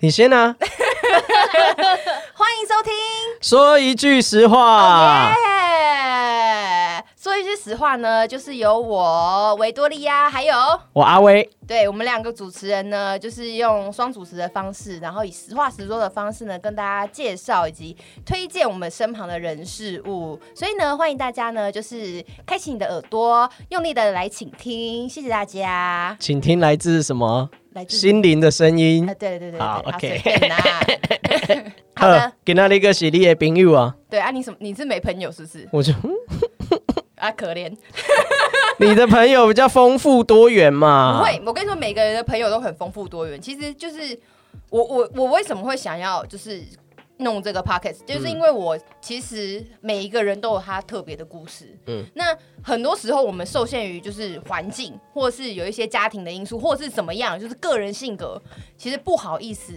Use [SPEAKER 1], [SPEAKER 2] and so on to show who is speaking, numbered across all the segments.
[SPEAKER 1] 你先 啊，
[SPEAKER 2] 欢迎收听。
[SPEAKER 1] 说一句实话。
[SPEAKER 2] 耶！说一句实话呢，就是由我维多利亚，还有
[SPEAKER 1] 我阿威，
[SPEAKER 2] 对我们两个主持人呢，就是用双主持的方式，然后以实话实说的方式呢，跟大家介绍以及推荐我们身旁的人事物。所以呢，欢迎大家呢，就是开启你的耳朵，用力的来倾听，谢谢大家。
[SPEAKER 1] 请听来自什么
[SPEAKER 2] 来自
[SPEAKER 1] 心灵的声音
[SPEAKER 2] 啊，。对对对对对，
[SPEAKER 1] 好
[SPEAKER 2] 啊
[SPEAKER 1] OK 呃
[SPEAKER 2] 随便啦好的，，
[SPEAKER 1] 给那里个喜力的朋友啊，
[SPEAKER 2] 对啊，你什么？你是没朋友是不是？
[SPEAKER 1] 我就
[SPEAKER 2] 啊，可怜。
[SPEAKER 1] 你的朋友比较丰富多元
[SPEAKER 2] 不
[SPEAKER 1] 嘛。
[SPEAKER 2] 会，我跟你说，每个人的朋友都很丰富多元。其实就是我我我为什么会想要就是弄这个 podcast，就是因为我其实每一个人都有他特别的故事。
[SPEAKER 1] 嗯
[SPEAKER 2] 嗯，那很多时候我们受限于就是环境，或是有一些家庭的因素，或是怎么样，就是个人性格，其实不好意思，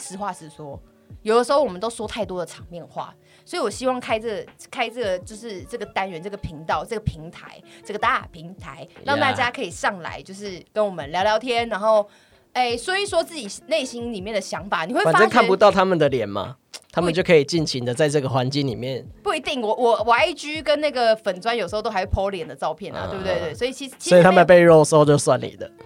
[SPEAKER 2] 实话实说。有的时候我们都说太多的场面话，所以我希望开这个、开这个就是这个单元、这个频道、这个平台、这个大平台，让大家可以上来，就是跟我们聊聊天，然后哎说一说自己内心里面的想法。你会
[SPEAKER 1] 反
[SPEAKER 2] 发
[SPEAKER 1] 正
[SPEAKER 2] 觉
[SPEAKER 1] 看不到他们的脸嘛，他们就可以尽情的在这个环境里面
[SPEAKER 2] 不一定，我我我 IG 跟那个粉砖有时候都还 po 脸的照片 啊，对不对？对，所以其实其实
[SPEAKER 1] 所以他们
[SPEAKER 2] 没
[SPEAKER 1] 被肉收就算你的。
[SPEAKER 2] 有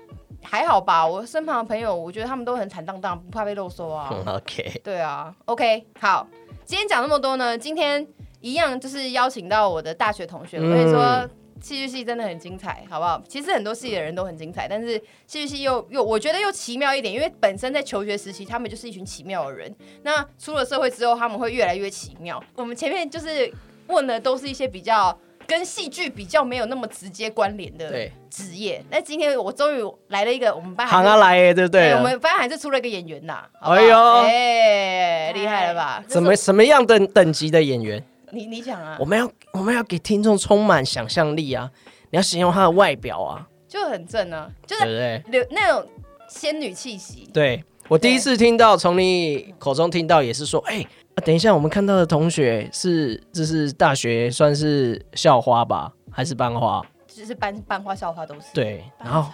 [SPEAKER 2] 还好吧。我身旁的朋友，我觉得他们都很坦荡荡，不怕被肉搜 啊。
[SPEAKER 1] 嗯，OK，
[SPEAKER 2] 对啊，OK，好，今天讲那么多呢，今天一样就是邀请到我的大学同学，我跟你说
[SPEAKER 1] 嗯。
[SPEAKER 2] 戏剧系真的很精彩，好不好？其实很多系的人都很精彩，但是戏剧系又又我觉得又奇妙一点，因为本身在求学时期，他们就是一群奇妙的人。那出了社会之后，他们会越来越奇妙。我们前面就是问的都是一些比较跟戏剧比较没有那么直接关联的
[SPEAKER 1] 对，
[SPEAKER 2] 职业。那今天我终于来了一个我们班还
[SPEAKER 1] 行
[SPEAKER 2] 是
[SPEAKER 1] 啊来耶，对不对
[SPEAKER 2] 哎我？们班还是出了一个演员呐。好不好
[SPEAKER 1] 哎呦
[SPEAKER 2] 哎，厉害了吧？
[SPEAKER 1] 怎么什么样的等级的演员？
[SPEAKER 2] 你你讲啊
[SPEAKER 1] 我，们要我们要给听众充满想象力啊！你要形容他的外表啊，
[SPEAKER 2] 就很正啊，就
[SPEAKER 1] 对不
[SPEAKER 2] 是
[SPEAKER 1] 对？
[SPEAKER 2] 有那种仙女气息。
[SPEAKER 1] 对我第一
[SPEAKER 2] 对
[SPEAKER 1] 次听到，从你口中听到也是说，哎、啊等一下，我们看到的同学是这是大学算是校花吧，还是班花？
[SPEAKER 2] 就是班班花校花都是，
[SPEAKER 1] 对，然后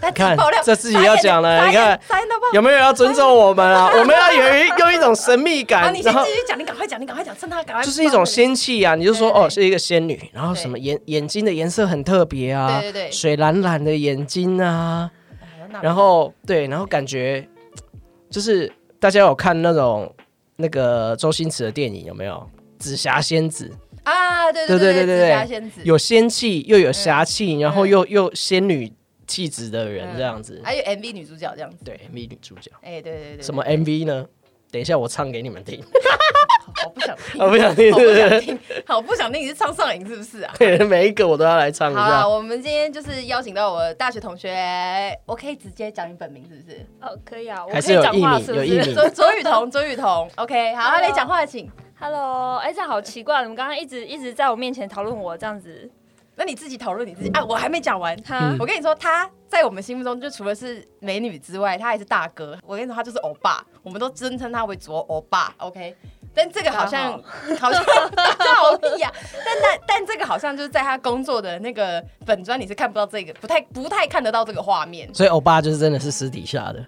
[SPEAKER 2] 但
[SPEAKER 1] 看
[SPEAKER 2] 爆料
[SPEAKER 1] 这自己要讲了你看
[SPEAKER 2] 三到爆，
[SPEAKER 1] 有没有要尊重我们啊？我们要有一用一种神秘
[SPEAKER 2] 好，
[SPEAKER 1] 感
[SPEAKER 2] 你，先
[SPEAKER 1] 然后
[SPEAKER 2] 继续讲，你赶快讲，你赶快讲，趁他赶快，
[SPEAKER 1] 就是一种，仙气啊！你就说
[SPEAKER 2] 对对对
[SPEAKER 1] 哦，是一个仙女，然后
[SPEAKER 2] 对
[SPEAKER 1] 什么眼眼睛的颜色很特别啊，
[SPEAKER 2] 对对对
[SPEAKER 1] 水蓝蓝的眼睛啊，
[SPEAKER 2] 那
[SPEAKER 1] 然后对，然后感觉就是大家有看那种那个周星驰的电影有没有？紫霞仙子
[SPEAKER 2] 啊，对
[SPEAKER 1] 对
[SPEAKER 2] 对
[SPEAKER 1] 对对对
[SPEAKER 2] 紫嗯霞仙子，
[SPEAKER 1] 有仙气又有侠气，然后又又仙女气质的人
[SPEAKER 2] 嗯
[SPEAKER 1] 这样子，
[SPEAKER 2] 还有 MV 女主角这样子，
[SPEAKER 1] 对，MV 女主角
[SPEAKER 2] 哎，对对对对，
[SPEAKER 1] 什么 MV 呢？等一下我唱给你们听，
[SPEAKER 2] 好？好不想听，
[SPEAKER 1] 我不想听
[SPEAKER 2] 好不想听，好不想听，你是唱上瘾是不是啊？
[SPEAKER 1] 每一个我都要来唱一
[SPEAKER 2] 好啦，
[SPEAKER 1] 下。
[SPEAKER 2] 我们今天就是邀请到我的大学同学，我可以直接讲你本名是不是？
[SPEAKER 3] 哦，可以啊，我
[SPEAKER 1] 还是
[SPEAKER 3] 可以
[SPEAKER 1] 有
[SPEAKER 3] 讲
[SPEAKER 1] 艺
[SPEAKER 3] 话
[SPEAKER 1] 名
[SPEAKER 3] 是不
[SPEAKER 1] 有艺
[SPEAKER 3] 是
[SPEAKER 1] 名
[SPEAKER 2] 周周雨彤，周雨彤，OK，好，还没讲话的请。
[SPEAKER 3] ？Hello，哎、这样好奇怪，你们刚刚一直一直在我面前讨论我这样子，
[SPEAKER 2] 那你自己讨论你自己啊，我还没讲完。
[SPEAKER 1] 嗯
[SPEAKER 3] 哈，
[SPEAKER 2] 我跟你说，他在我们心目中就除了是美女之外，他还是大哥。我跟你说，他就是欧巴，我们都尊称他为卓欧巴，OK。但这个好像 好哦像好屁呀、但但但这个好像就是在他工作的那个本专，你是看不到这个，不太不太看得到这个画面。
[SPEAKER 1] 所以欧巴就是真的是私底下的，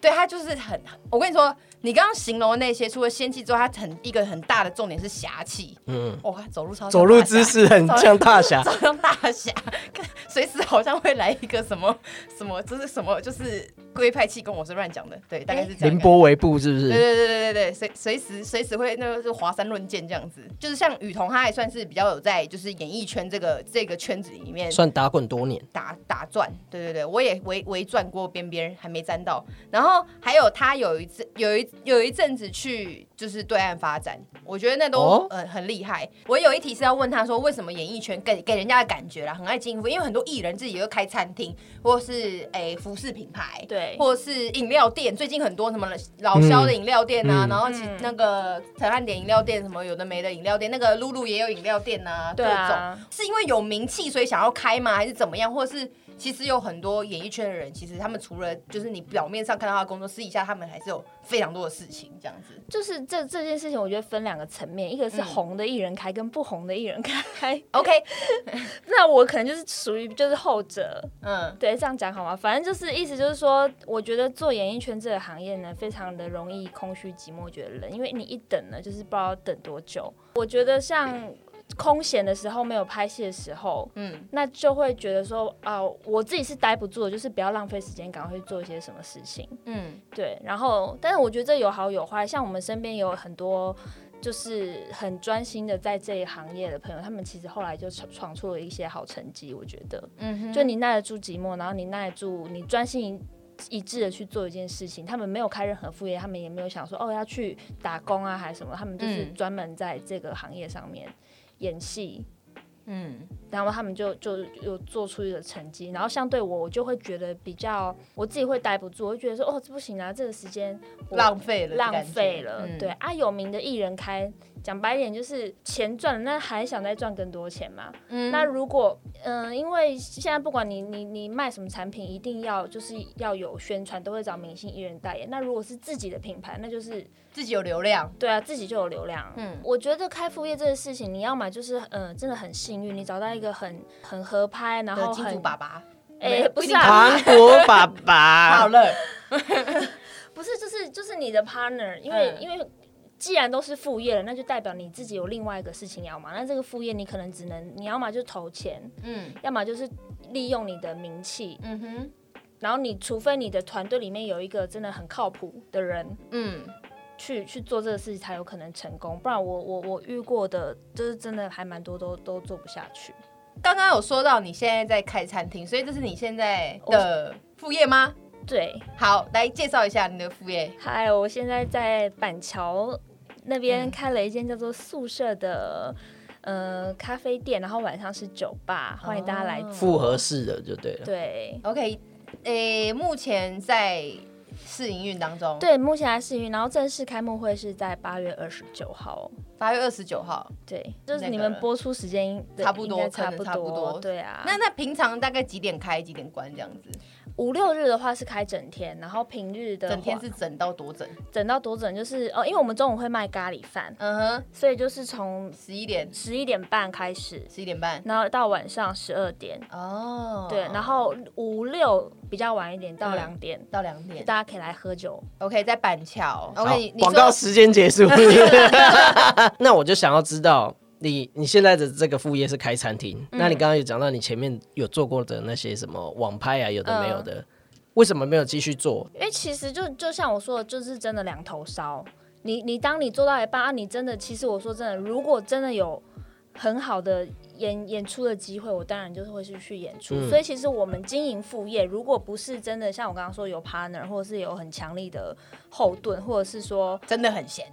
[SPEAKER 2] 对他就是很，我跟你说，你刚刚形容的那些，除了仙气之后，他很一个很大的重点是侠气。
[SPEAKER 1] 嗯，
[SPEAKER 2] 哇、他走路超像
[SPEAKER 1] 走路
[SPEAKER 2] 大侠
[SPEAKER 1] 姿势很像大侠
[SPEAKER 2] 哦 走，像大侠，看随时好像会来一个什么什么，就是什么就是龟派气功，我是乱讲的，对，大概是这样。
[SPEAKER 1] 凌波微步是不
[SPEAKER 2] 对
[SPEAKER 1] 是？
[SPEAKER 2] 对对对对对，随随时随时会那个是华山论剑这样子，就是像雨桐，他还算是比较有在就是演艺圈这个这个圈子里面
[SPEAKER 1] 算打滚多年，
[SPEAKER 2] 打打转，对对对，我也围围转过边边，还没沾到。然后还有他有一次有一有一阵子去就是对岸发展，我觉得那都、
[SPEAKER 1] 哦
[SPEAKER 2] 呃很厉害。我有一题是要问他说，为什么演艺圈给给人家的感觉啦，很爱经营服，因为很多艺人自己也会开餐厅，或是诶、服饰品牌，
[SPEAKER 3] 对，
[SPEAKER 2] 或是饮料店，最近很多什么老肖的饮料店啊，
[SPEAKER 1] 嗯嗯嗯
[SPEAKER 2] 然后其
[SPEAKER 3] 嗯
[SPEAKER 2] 那个陈汉典饮料店，什么有的没的饮料店，那个露露也有饮料店啊，
[SPEAKER 3] 对啊
[SPEAKER 2] 各种是因为有名气所以想要开吗？还是怎么样？或者是其实有很多演艺圈的人，其实他们除了就是你表面上看到他的工作，私底下他们还是有非常多的事情这样子。
[SPEAKER 3] 就是这这件事情，我觉得分两个层面，一个是
[SPEAKER 2] 嗯
[SPEAKER 3] 红的艺人开，跟不红的艺人开。
[SPEAKER 2] OK，
[SPEAKER 3] 那我可能就是属于就是后者，
[SPEAKER 2] 嗯
[SPEAKER 3] 对，这样讲好吗？反正就是意思就是说，我觉得做演艺圈这个行业呢，非常的容易空虚、寂寞、觉得冷，因为你一等呢，就是不知道等多久。我觉得像空闲的时候，没有拍戏的时候。
[SPEAKER 2] 嗯，
[SPEAKER 3] 那就会觉得说，啊、我自己是待不住的，就是不要浪费时间，赶快去做一些什么事情。
[SPEAKER 2] 嗯，
[SPEAKER 3] 对，然后，但是我觉得这有好有坏，像我们身边有很多就是很专心的在这一行业的朋友，他们其实后来就闯闯出了一些好成绩。我觉得，
[SPEAKER 2] 嗯哼
[SPEAKER 3] 就你耐得住寂寞，然后你耐得住，你专心一致的去做一件事情。他们没有开任何副业，他们也没有想说哦要去打工啊还是什么，他们就是
[SPEAKER 2] 嗯
[SPEAKER 3] 专门在这个行业上面演戏，
[SPEAKER 2] 嗯
[SPEAKER 3] 然后他们就就有做出一个成绩，然后相对我，我就会觉得比较我自己会待不住，我就觉得说哦这不行啊，这个时间我
[SPEAKER 2] 浪费了的感觉，
[SPEAKER 3] 浪费了。
[SPEAKER 2] 嗯
[SPEAKER 3] 对，啊，有名的艺人开，讲白一点就是钱赚了，那还想再赚更多钱嘛？
[SPEAKER 2] 嗯
[SPEAKER 3] 那如果嗯、因为现在不管你你你卖什么产品，一定要就是要有宣传，都会找明星艺人代言。那如果是自己的品牌，那就是
[SPEAKER 2] 自己有流量，
[SPEAKER 3] 对啊，自己就有流量。
[SPEAKER 2] 嗯
[SPEAKER 3] 我觉得开副业这个事情，你要么就是嗯、呃真的很幸运，你找到一个很很合拍，然
[SPEAKER 2] 的
[SPEAKER 3] 后
[SPEAKER 2] 金
[SPEAKER 3] 很
[SPEAKER 2] 主爸爸，
[SPEAKER 3] 哎、不是啊，
[SPEAKER 1] 韩国爸
[SPEAKER 2] 好
[SPEAKER 1] 爸，
[SPEAKER 2] 了，
[SPEAKER 3] 不是，就是就是你的 partner，因为、
[SPEAKER 2] 嗯
[SPEAKER 3] 因为。既然都是副业了，那就代表你自己有另外一个事情要忙。那这个副业你可能只能，你要么就投钱，
[SPEAKER 2] 嗯
[SPEAKER 3] 要么就是利用你的名气，
[SPEAKER 2] 嗯哼，
[SPEAKER 3] 然后你除非你的团队里面有一个真的很靠谱的人
[SPEAKER 2] 嗯
[SPEAKER 3] 去去做这个事情，才有可能成功。不然我我我遇过的，就是真的还蛮多都都做不下去。
[SPEAKER 2] 刚刚有说到你现在在开餐厅，所以这是你现在的副业吗？
[SPEAKER 3] 对，
[SPEAKER 2] 好，来介绍一下你的副业。
[SPEAKER 3] 嗨，我现在在板桥那边
[SPEAKER 2] 嗯
[SPEAKER 3] 开了一间叫做宿舍的。呃，咖啡店，然后晚上是酒吧，欢迎大家来
[SPEAKER 2] 哦
[SPEAKER 1] 复合式的就对了。
[SPEAKER 3] 对
[SPEAKER 2] OK，诶、目前在试营运当中，，
[SPEAKER 3] 对，目前还是云，然后正式开幕会是在八月二十九号。
[SPEAKER 2] 八月二十九号。
[SPEAKER 3] 对，就是
[SPEAKER 2] 那
[SPEAKER 3] 你
[SPEAKER 2] 个
[SPEAKER 3] 们播出时间应
[SPEAKER 2] 差不多
[SPEAKER 3] 应
[SPEAKER 2] 可
[SPEAKER 3] 该差
[SPEAKER 2] 能
[SPEAKER 3] 不
[SPEAKER 2] 差不多
[SPEAKER 3] 对啊。
[SPEAKER 2] 那那平常大概几点开，几点关这样子？
[SPEAKER 3] 五六日的话是开整天，然后平日的话
[SPEAKER 2] 整天是整到多整？
[SPEAKER 3] 整到多整，就是哦，因为我们中午会卖咖喱饭，
[SPEAKER 2] 嗯哼，
[SPEAKER 3] 所以就是从
[SPEAKER 2] 十一点、
[SPEAKER 3] 十一点半开始，
[SPEAKER 2] 十一点半。
[SPEAKER 3] 然后到晚上十二点。
[SPEAKER 2] 哦，
[SPEAKER 3] 对，然后五六比较晚一点到
[SPEAKER 2] 嗯
[SPEAKER 3] 两点，
[SPEAKER 2] 到两点。
[SPEAKER 3] 大家可以来喝酒。
[SPEAKER 2] OK，在板桥。
[SPEAKER 1] 好
[SPEAKER 2] OK，你你
[SPEAKER 1] 广告
[SPEAKER 2] 说
[SPEAKER 1] 时间结 束。 那我就想要知道，你你现在的这个副业是开餐厅，
[SPEAKER 2] 嗯
[SPEAKER 1] 那你刚刚有讲到你前面有做过的那些什么网拍啊，有的没有的，
[SPEAKER 2] 嗯
[SPEAKER 1] 为什么没有继续做？
[SPEAKER 3] 因为其实就就像我说的，就是真的两头烧。你你当你做到一半啊，你真的其实我说真的，如果真的有很好的演演出的机会，我当然就是会去去演出。
[SPEAKER 1] 嗯
[SPEAKER 3] 所以其实我们经营副业，如果不是真的像我刚刚说有 partner，或者是有很强力的后盾，或者是说
[SPEAKER 2] 真的很闲，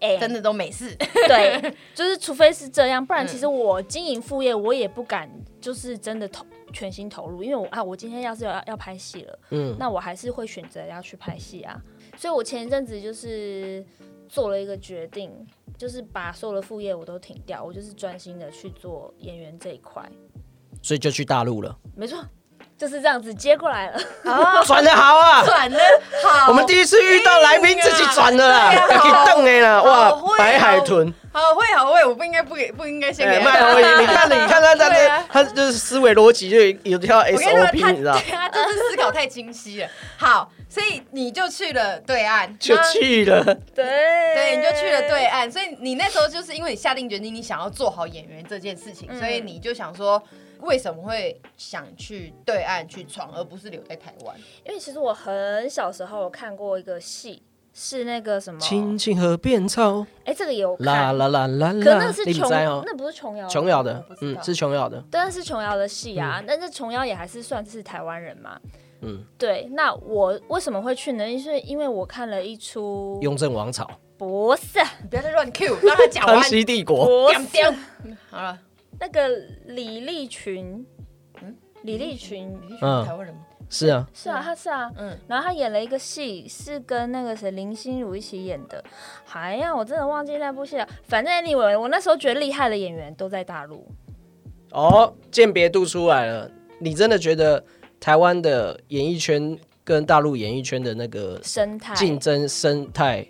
[SPEAKER 3] 哎、
[SPEAKER 2] 真的都没事。
[SPEAKER 3] 对，就是除非是这样，不然
[SPEAKER 2] 嗯
[SPEAKER 3] 其实我经营副业，我也不敢就是真的投全心投入，因为我啊，我今天要是要要拍戏了，
[SPEAKER 1] 嗯，
[SPEAKER 3] 那我还是会选择要去拍戏啊。所以我前一阵子就是做了一个决定，就是把所有的副业我都停掉，我就是专心的去做演员这一块。
[SPEAKER 1] 所以就去大陆了，
[SPEAKER 3] 没错， 就是这样子接过 来了。
[SPEAKER 2] 哦，
[SPEAKER 1] 转的好 啊！
[SPEAKER 2] 转的好，
[SPEAKER 1] 我们第一次遇到来宾自己转的啦，
[SPEAKER 2] 对啊
[SPEAKER 1] 给瞪哎啦，
[SPEAKER 2] 好
[SPEAKER 1] 哇
[SPEAKER 2] 会，
[SPEAKER 1] 白海豚，
[SPEAKER 2] 好会好会，我不应该不给不应该先给
[SPEAKER 1] 哎，
[SPEAKER 2] 他
[SPEAKER 1] 麦侯爷，你看你看他他
[SPEAKER 2] 啊对
[SPEAKER 1] 他
[SPEAKER 2] 啊
[SPEAKER 1] 他就是思维逻辑就有有条
[SPEAKER 2] 我跟你说，他
[SPEAKER 1] SOP，你知 道
[SPEAKER 2] 对？他就是思考太清晰了。好，所以你就去了对岸，
[SPEAKER 1] 就
[SPEAKER 2] 那
[SPEAKER 1] 去了，
[SPEAKER 3] 对，
[SPEAKER 2] 对，你就去了对。岸。所以你那时候就是因为你下定决心，你想要做好演员这件事情，
[SPEAKER 3] 嗯
[SPEAKER 2] 所以你就想说，为什么会想去对岸去闯，而不是留在台湾？
[SPEAKER 3] 因为其实我很小时候有看过一个戏，是那个什么，
[SPEAKER 1] 青青河边草，
[SPEAKER 3] 哎，这个也有
[SPEAKER 1] 啦
[SPEAKER 3] 看，
[SPEAKER 1] 啦啦啦
[SPEAKER 3] 可那
[SPEAKER 1] 啦
[SPEAKER 3] 个，是
[SPEAKER 1] 你不
[SPEAKER 3] 琼，
[SPEAKER 1] 知道哦，
[SPEAKER 3] 那不是琼瑶，
[SPEAKER 1] 琼瑶的
[SPEAKER 2] 不，知
[SPEAKER 1] 嗯，
[SPEAKER 2] 道
[SPEAKER 1] 是琼瑶的，
[SPEAKER 3] 但是琼瑶的戏啊，但是琼瑶也还是算是台湾人嘛。
[SPEAKER 1] 嗯，
[SPEAKER 3] 对，那我为什么会去呢？因为因为我看了一出，啊
[SPEAKER 1] 雍正王朝，
[SPEAKER 3] 不是
[SPEAKER 2] 你不要再乱 Q，让他讲完
[SPEAKER 1] 康。熙帝国，
[SPEAKER 3] 不
[SPEAKER 2] 掉掉
[SPEAKER 3] 是
[SPEAKER 2] 好了，
[SPEAKER 3] 那个李立群，
[SPEAKER 2] 嗯
[SPEAKER 3] 李立群
[SPEAKER 2] 你去
[SPEAKER 1] 嗯
[SPEAKER 2] 台湾人吗？
[SPEAKER 1] 是啊，
[SPEAKER 3] 是啊，他是啊，
[SPEAKER 2] 嗯
[SPEAKER 3] 然后他演了一个戏，是跟那个谁林心如一起演的。哎呀，我真的忘记那部戏了。反正 anyway，我那时候觉得厉害的演员都在大陆。
[SPEAKER 1] 哦，鉴别度出来了，你真的觉得台湾的演艺圈跟大陆演艺圈的那个
[SPEAKER 3] 生态
[SPEAKER 1] 竞争生态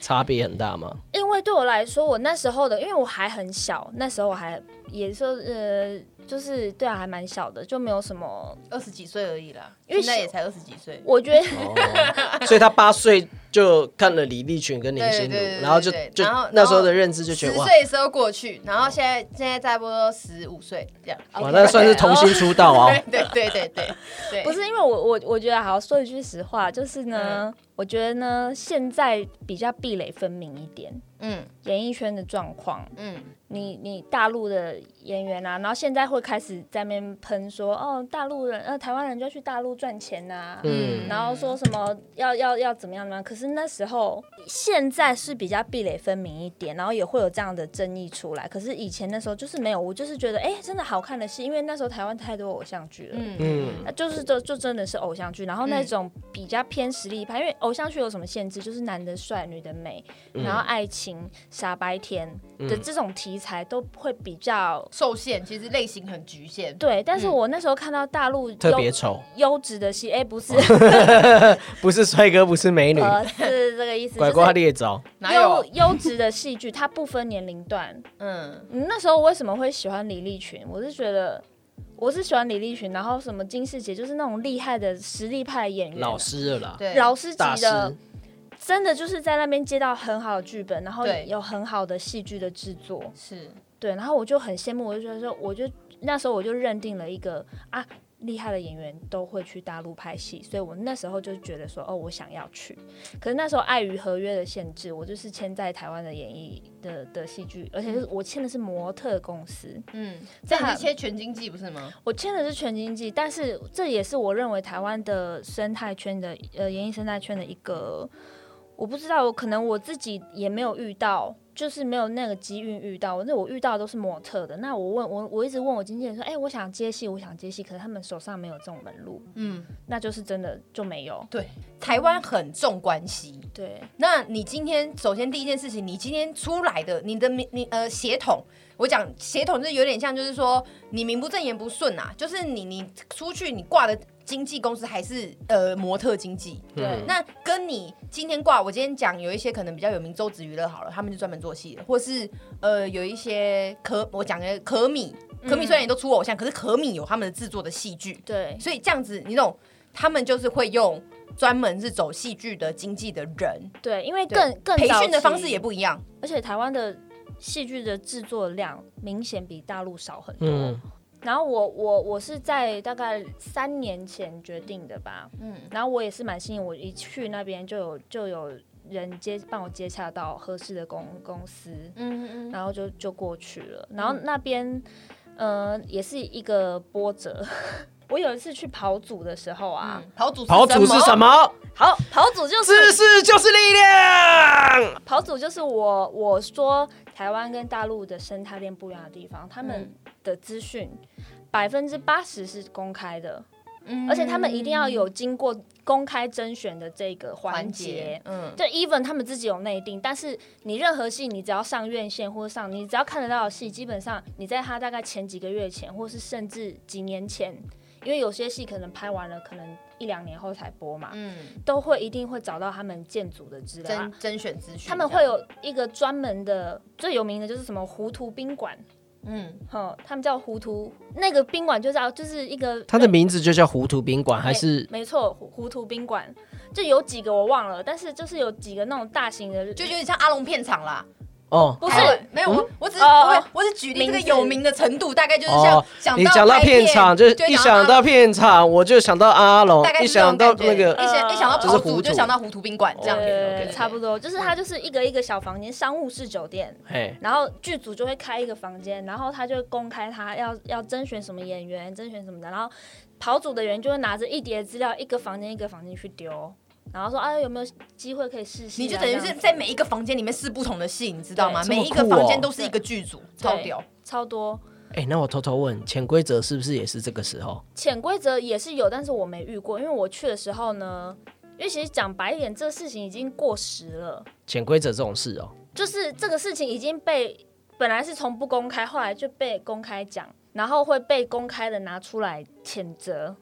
[SPEAKER 1] 差别很大吗？
[SPEAKER 3] 因为对我来说，我那时候的，因为我还很小，那时候我还也说呃，就是对啊，还蛮小的，就没有什么。
[SPEAKER 2] 二十几岁而已啦，
[SPEAKER 3] 因为
[SPEAKER 2] 现在也才二十几岁。
[SPEAKER 3] 我觉得
[SPEAKER 1] 哦，所以他八岁就看了李立群跟林心如
[SPEAKER 2] 对对对，对
[SPEAKER 1] 然后就
[SPEAKER 2] 对
[SPEAKER 1] 就
[SPEAKER 2] 然后
[SPEAKER 1] 那时候的认知就觉
[SPEAKER 2] 十
[SPEAKER 1] 得哇。
[SPEAKER 2] 岁的时候过去，然后现在现在差不多十五岁这样。
[SPEAKER 1] 哇，那算是童星出 道哦！
[SPEAKER 2] 对对对对对，
[SPEAKER 3] 不是因为我我我觉得好说一句实话，就是呢，我觉得呢，现在比较壁垒分明一点，
[SPEAKER 2] 嗯
[SPEAKER 3] 演艺圈的状况，
[SPEAKER 2] 嗯，
[SPEAKER 3] 你你大陆的演员啊，然后现在会开始在那边喷说，哦，大陆人呃台湾人就要去大陆赚钱呐、
[SPEAKER 1] 嗯
[SPEAKER 3] 然后说什么要要要怎么样怎么样，可是那时候现在是比较壁垒分明一点，然后也会有这样的争议出来。可是以前那时候就是没有，我就是觉得哎、真的好看的戏，因为那时候台湾太多偶像剧了，
[SPEAKER 1] 嗯，
[SPEAKER 3] 那就是就就真的是偶像剧，然后那种比较偏实力派，因为偶像剧有什么限制，就是男的帅，女的美，然后
[SPEAKER 1] 嗯
[SPEAKER 3] 爱情、傻白甜的这种题材都会比较
[SPEAKER 2] 受限，其实类型很局限。
[SPEAKER 3] 对。但是我那时候看到大陆优
[SPEAKER 1] 嗯特别哦丑，
[SPEAKER 3] 优质的戏，哎、不是，
[SPEAKER 1] 不是帅哥，不是美女，
[SPEAKER 3] 呃，是这个意思，
[SPEAKER 1] 拐
[SPEAKER 3] 就是
[SPEAKER 1] 瓜裂枣。
[SPEAKER 2] 哪
[SPEAKER 3] 优
[SPEAKER 2] 有？
[SPEAKER 3] 优质的戏剧，它不分年龄段。
[SPEAKER 2] 嗯，
[SPEAKER 3] 嗯那时候为什么会喜欢李立群？我是觉得我是喜欢李立群，然后什么金世杰，就是那种厉害的实力派的演员，啊
[SPEAKER 1] 老师了啦，
[SPEAKER 2] 对，
[SPEAKER 3] 老师级
[SPEAKER 1] 大师，
[SPEAKER 3] 的，真的就是在那边接到很好的剧本，然后
[SPEAKER 2] 对
[SPEAKER 3] 有很好的戏剧的制作，
[SPEAKER 2] 是
[SPEAKER 3] 对，然后我就很羡慕，我就觉得说，我就那时候我就认定了一个啊。厉害的演员都会去大陆拍戏，所以我那时候就觉得说，哦，我想要去。可是那时候碍于合约的限制，我就是签在台湾的演艺的的戏剧，而且是我签的是模特公司，
[SPEAKER 2] 嗯，
[SPEAKER 3] 这
[SPEAKER 2] 这
[SPEAKER 3] 还
[SPEAKER 2] 你切全经济不是吗？
[SPEAKER 3] 我签的是全经济，但是这也是我认为台湾的生态圈的呃演艺生态圈的一个，我不知道，我可能我自己也没有遇到，就是没有那个机遇遇到。那我遇到的都是模特的。那我问我我一直问我经纪人说，哎、我想接戏，我想接戏，可是他们手上没有这种门路，
[SPEAKER 2] 嗯，
[SPEAKER 3] 那就是真的就没有。
[SPEAKER 2] 对，台湾很重关系。
[SPEAKER 3] 对，
[SPEAKER 2] 那你今天首先第一件事情，你今天出来的你的名你呃血统，我讲血统就是有点像，就是说你名不正言不顺啊，就是你你出去你挂的经纪公司还是呃模特经纪，
[SPEAKER 3] 对
[SPEAKER 1] 嗯
[SPEAKER 2] 那跟你今天挂，我今天讲有一些可能比较有名，周子娱乐好了，他们就专门做戏的，或是呃有一些可我讲的可米，可米虽然也都出偶像，可是可米有他们的制作的戏剧，
[SPEAKER 3] 对，
[SPEAKER 2] 所以这样子你懂，他们就是会用专门是走戏剧的经纪的人，
[SPEAKER 3] 对，因为
[SPEAKER 2] 对
[SPEAKER 3] 更更
[SPEAKER 2] 培
[SPEAKER 3] 早
[SPEAKER 2] 训的方
[SPEAKER 3] 期
[SPEAKER 2] 式也，不一样，
[SPEAKER 3] 而且台湾的戏剧的制作量明显比大陆少很多。
[SPEAKER 1] 嗯，
[SPEAKER 3] 然后我我我是在大概三年前决定的吧，嗯
[SPEAKER 2] 嗯，
[SPEAKER 3] 然后我也是蛮幸运，我一去那边就有就有人接帮我接洽到合适的公公司，
[SPEAKER 2] 嗯嗯，
[SPEAKER 3] 然后就就过去了。然后那边，呃，也是一个波折。 我有一次去跑组的时候啊，
[SPEAKER 2] 嗯跑组
[SPEAKER 1] 跑组是什？么？
[SPEAKER 3] 好跑组就是
[SPEAKER 1] 知识就是力量。
[SPEAKER 3] 跑组就是我我说台湾跟大陆的生态链不一样的地方，他
[SPEAKER 2] 嗯
[SPEAKER 3] 们的资讯百分之八十是公开的，
[SPEAKER 2] 嗯
[SPEAKER 3] 而且他们一定要有经过公开甄选的这个环节。
[SPEAKER 2] 嗯，
[SPEAKER 3] 就 even 他们自己有内定，但是你任何戏，你只要上院线或者上，你只要看得到的戏，基本上你在它大概前几个月前，或是甚至几年前，因为有些戏可能拍完了，可能一两年后才播嘛，
[SPEAKER 2] 嗯，
[SPEAKER 3] 都会一定会找到他们建组的资料
[SPEAKER 2] 甄，甄选资讯，
[SPEAKER 3] 啊他们会，有一个专门的，最有名的就是什么糊涂宾馆，
[SPEAKER 2] 嗯，
[SPEAKER 3] 哈，他们叫糊涂那个宾馆就叫就是一个
[SPEAKER 1] 它的名字就叫糊涂宾馆，还是
[SPEAKER 3] 没错糊糊涂宾馆，就有几个我忘了，但是就是有几个那种大型的，
[SPEAKER 2] 就有点像阿龙片场啦。
[SPEAKER 1] 哦？
[SPEAKER 3] 不是
[SPEAKER 2] 台湾没有，我我只是
[SPEAKER 3] 哦
[SPEAKER 2] 我我只举例这个
[SPEAKER 3] 名字
[SPEAKER 2] 有名的程度，大概就是
[SPEAKER 1] 哦
[SPEAKER 2] 像，想
[SPEAKER 1] 你讲到
[SPEAKER 2] 拍
[SPEAKER 1] 片场，就一想到片场，我就想到阿龙
[SPEAKER 2] 大，概
[SPEAKER 1] 一
[SPEAKER 2] 是这种
[SPEAKER 1] 想到
[SPEAKER 2] 感觉
[SPEAKER 1] 那个
[SPEAKER 2] 一想一想到
[SPEAKER 1] 就是
[SPEAKER 2] 跑
[SPEAKER 1] 糊
[SPEAKER 2] 组就
[SPEAKER 1] 涂
[SPEAKER 2] 想到糊涂宾馆这样子
[SPEAKER 1] 哦
[SPEAKER 3] 对，
[SPEAKER 1] OK，OK，OK
[SPEAKER 3] 呃差不多，
[SPEAKER 2] 嗯
[SPEAKER 3] 就是它就是一个一个小房间，商务式酒店。
[SPEAKER 1] 哎，
[SPEAKER 3] 然后剧组就会开一个房间，然后他就公开他要要甄选什么演员，甄选什么的，然后跑组的人就会拿着一叠资料，一个房间一个房间去丢，然后说啊有没有机会可以试试啊、
[SPEAKER 2] 你就等于
[SPEAKER 3] 这
[SPEAKER 2] 是
[SPEAKER 3] 样子
[SPEAKER 2] 在每一个房间里面试不同的戏，你知道吗？
[SPEAKER 1] 对
[SPEAKER 2] 每一
[SPEAKER 1] 这
[SPEAKER 2] 个
[SPEAKER 1] 么酷哦
[SPEAKER 2] 房间都是一个剧组，超屌。
[SPEAKER 3] 超多
[SPEAKER 1] 哎，那我偷偷问，潜规则是不是也是这个时候？
[SPEAKER 3] 潜规则也是有，但是我没遇过，因为我去的时候呢，因为其实讲白一点，这事情已经过时了，
[SPEAKER 1] 潜规则这种事哦，
[SPEAKER 3] 就是这个事情已经被本来是从不公开，后来就被公开讲。然后会被公开的拿出来谴责，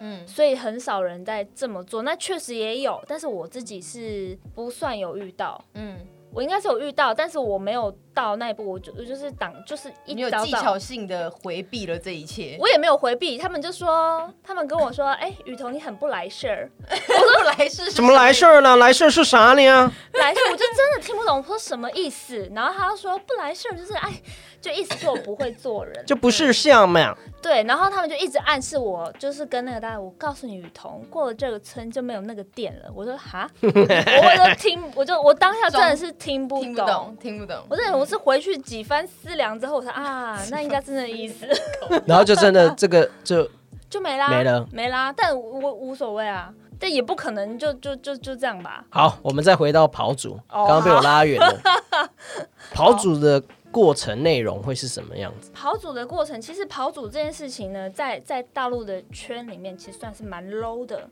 [SPEAKER 2] 嗯，
[SPEAKER 3] 所以很少人在这么做。那确实也有，但是我自己是不算有遇到，
[SPEAKER 2] 嗯，
[SPEAKER 3] 我应该是有遇到，但是我没有到那一步，我就我就是挡，就是一
[SPEAKER 2] 你有
[SPEAKER 3] 早
[SPEAKER 2] 技
[SPEAKER 3] 早
[SPEAKER 2] 巧性的回避了这一切，
[SPEAKER 3] 我也没有回避，他们就说，他们跟我说，哎、雨桐你很不来事儿，
[SPEAKER 2] 我来是
[SPEAKER 1] 怎么来事儿呢？来事儿是啥呢？
[SPEAKER 3] 来事儿，我就真的听不懂我说什么意思。然后他说不来事儿就是哎，就意思说我不会做人，
[SPEAKER 1] 就不是像嘛。
[SPEAKER 3] 对。然后他们就一直暗示我，就是跟那个大家，我告诉你，雨桐过了这个村就没有那个店了。我说哈， 我就听，我就我当下真的是听不
[SPEAKER 2] 听不懂，听不懂。
[SPEAKER 3] 我真的我是回去几番思量之后，我说啊，那应该真的意思
[SPEAKER 1] 然后就真的这个就
[SPEAKER 3] 就没啦，
[SPEAKER 1] 没了
[SPEAKER 3] 没啦。但我我无所谓啊，但也不可能就就就就这样吧。
[SPEAKER 1] 好，我们再回到跑组，
[SPEAKER 3] 哦
[SPEAKER 1] 刚刚被我拉远了。 跑组的过程内容会是什么样子？
[SPEAKER 3] 跑组的过程，其实跑组这件事情呢，在在大陆的圈里面，其实算是蛮 low 的，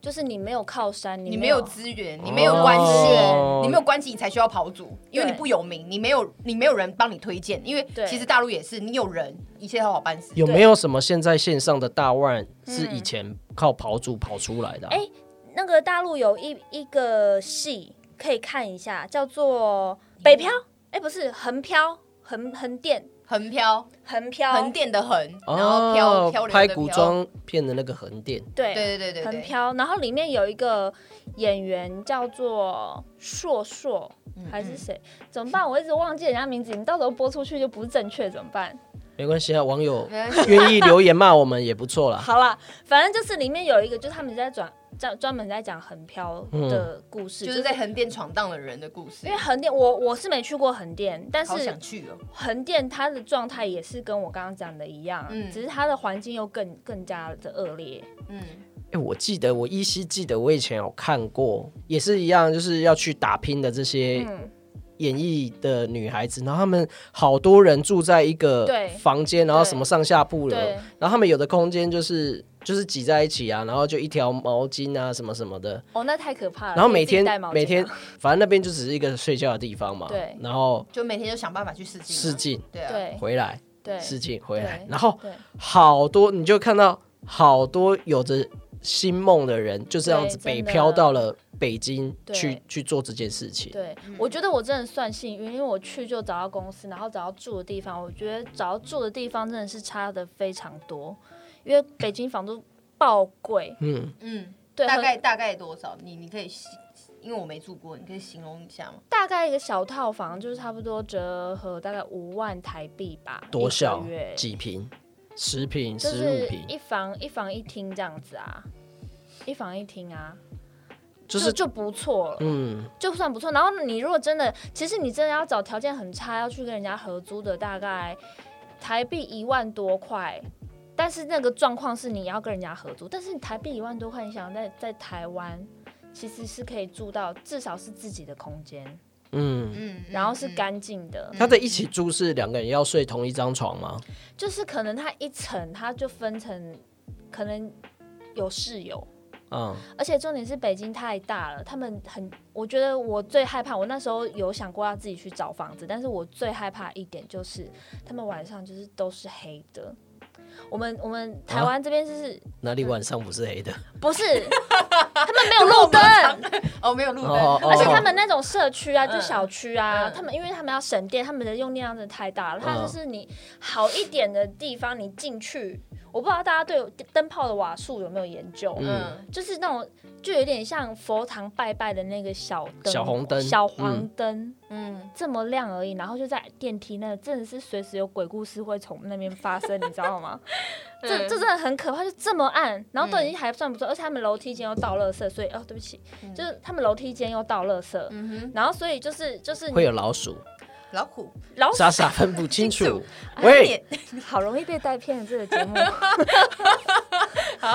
[SPEAKER 3] 就是你没有靠山，
[SPEAKER 2] 你
[SPEAKER 3] 没
[SPEAKER 2] 没有
[SPEAKER 3] 有
[SPEAKER 2] 资源，你没有关
[SPEAKER 1] 哦
[SPEAKER 2] 系，你没有关系，你才需要跑组，因为
[SPEAKER 3] 对
[SPEAKER 2] 你不有名，你没有你没有人帮你推荐，因为
[SPEAKER 3] 对
[SPEAKER 2] 其实大陆也是，你有人，一切都好办事。
[SPEAKER 1] 有没有什么现在线上的大腕是以前靠跑组跑出来的、啊？
[SPEAKER 2] 嗯
[SPEAKER 3] 哎那个大陆有一一个戏可以看一下，叫做《北漂》，哎，不是横漂，横横店，
[SPEAKER 2] 横漂，
[SPEAKER 3] 横漂，
[SPEAKER 2] 横店的横，
[SPEAKER 1] 哦，
[SPEAKER 2] 然后漂漂流的
[SPEAKER 1] 拍古
[SPEAKER 2] 漂，
[SPEAKER 1] 装片的那个横店，
[SPEAKER 3] 对
[SPEAKER 2] 对对对对
[SPEAKER 3] 横
[SPEAKER 2] 对，
[SPEAKER 3] 漂。然后里面有一个演员叫做硕硕，
[SPEAKER 2] 嗯
[SPEAKER 3] 还是谁？怎么办？我一直忘记人家名字，你到时候播出去就不是正确，怎么办？
[SPEAKER 1] 没关系啊，网友
[SPEAKER 2] 没关系
[SPEAKER 1] 愿意留言骂我们也不错啦。
[SPEAKER 3] 好啦，反正就是里面有一个，就是他们在转专专门在讲横漂的故事，
[SPEAKER 2] 嗯就是在横店闯荡的人的故事
[SPEAKER 3] 因为。横店，我我是没去过横店，但
[SPEAKER 2] 好
[SPEAKER 3] 是
[SPEAKER 2] 想去哦，
[SPEAKER 3] 横店它的状态也是跟我刚刚讲的一样，
[SPEAKER 2] 嗯
[SPEAKER 3] 只是它的环境又更更加的恶劣。
[SPEAKER 2] 嗯，
[SPEAKER 1] 哎、我记得我依稀记得我以前有看过，也是一样，就是要去打拼的这些
[SPEAKER 3] 嗯，
[SPEAKER 1] 演艺的女孩子，然后她们好多人住在一个
[SPEAKER 3] 对
[SPEAKER 1] 房间，然后
[SPEAKER 3] 对
[SPEAKER 1] 什么上下铺了
[SPEAKER 3] 对，
[SPEAKER 1] 然后她们有的空间就是就是挤在一起啊，然后就一条毛巾啊什么什么的，
[SPEAKER 3] 哦，那太可怕了。
[SPEAKER 1] 然后每
[SPEAKER 3] 可以自己
[SPEAKER 1] 天
[SPEAKER 3] 带毛巾啊
[SPEAKER 1] 每天，反正那边就只是一个睡觉的地方嘛，
[SPEAKER 3] 对
[SPEAKER 1] 然后
[SPEAKER 2] 就每天就想办法去试镜啊。
[SPEAKER 1] 试镜
[SPEAKER 2] 对啊，
[SPEAKER 3] 对
[SPEAKER 1] 回来，
[SPEAKER 3] 对
[SPEAKER 1] 试镜回来
[SPEAKER 3] 对，
[SPEAKER 1] 然后
[SPEAKER 3] 对
[SPEAKER 1] 好多你就看到好多有着星梦的人就这样子
[SPEAKER 3] 对
[SPEAKER 1] 北
[SPEAKER 3] 真的
[SPEAKER 1] 漂到了北京
[SPEAKER 3] 对
[SPEAKER 1] 去去做这件事情，
[SPEAKER 3] 对，
[SPEAKER 2] 嗯
[SPEAKER 3] 我觉得我真的算幸运，因为我去就找到公司，然后找到住的地方。我觉得找到住的地方真的是差的非常多，因为北京房租爆贵，
[SPEAKER 1] 嗯。
[SPEAKER 2] 嗯，
[SPEAKER 3] 对，
[SPEAKER 2] 大
[SPEAKER 3] 很
[SPEAKER 2] 概大概多少？你你可以形，因为我没住过，你可以形容一下吗？
[SPEAKER 3] 大概一个小套房就是差不多折合大概五万台币吧，一
[SPEAKER 1] 多
[SPEAKER 3] 个
[SPEAKER 1] 小
[SPEAKER 3] 月？
[SPEAKER 1] 几平？十平、
[SPEAKER 3] 就
[SPEAKER 1] 十五
[SPEAKER 3] 是
[SPEAKER 1] 平，
[SPEAKER 3] 一房一房一厅这样子啊，一房一厅啊，
[SPEAKER 1] 就是
[SPEAKER 3] 就不错了，
[SPEAKER 1] 嗯，
[SPEAKER 3] 就算不错。然后你如果真的，其实你真的要找条件很差要去跟人家合租的，大概台币一万多块。但是那个状况是你要跟人家合租，但是你台币一万多块，你想在在台湾其实是可以住到至少是自己的空间，
[SPEAKER 1] 嗯。
[SPEAKER 2] 嗯，
[SPEAKER 3] 然后是
[SPEAKER 2] 嗯，
[SPEAKER 3] 干净的。
[SPEAKER 1] 他的一起住是两个人要睡同一张床吗？
[SPEAKER 3] 就是可能它一层它就分成，可能有室友，
[SPEAKER 1] 嗯，
[SPEAKER 3] 而且重点是北京太大了，他们很，我觉得我最害怕，我那时候有想过要自己去找房子，但是我最害怕一点就是他们晚上就是都是黑的。我们我们
[SPEAKER 2] 啊
[SPEAKER 3] 台湾这边就是、
[SPEAKER 1] 哪里晚上不是黑的？
[SPEAKER 3] 不是他们没有路灯，
[SPEAKER 2] 哦，没有路灯，
[SPEAKER 1] 哦哦
[SPEAKER 3] 而且他们那种社区啊，就
[SPEAKER 2] 嗯
[SPEAKER 3] 小区啊，
[SPEAKER 2] 嗯
[SPEAKER 3] 他们因为他们要省电，他们的用电量真的太大了。它就是你好一点的地方，你进去，我不知道大家对灯泡的瓦数有没有研究，
[SPEAKER 2] 嗯，
[SPEAKER 3] 就是那种就有点像佛堂拜拜的那个小灯，
[SPEAKER 1] 小红灯
[SPEAKER 3] 小黄灯、
[SPEAKER 2] 嗯，
[SPEAKER 3] 这么亮而已，然后就在电梯那，真的是随时有鬼故事会从那边发生，你知道吗？这这真的很可怕，就这么暗，然后都已经还算不错，而且他们楼梯间又倒垃圾，所以哦，对不起，就是他们楼梯间又倒垃圾，然后所以就是就是
[SPEAKER 1] 会有老鼠，
[SPEAKER 2] 老虎，
[SPEAKER 3] 老鼠
[SPEAKER 1] 傻傻分不清
[SPEAKER 2] 清
[SPEAKER 1] 楚
[SPEAKER 2] 楚。
[SPEAKER 1] 喂，
[SPEAKER 3] 好容易被带偏的这个节目，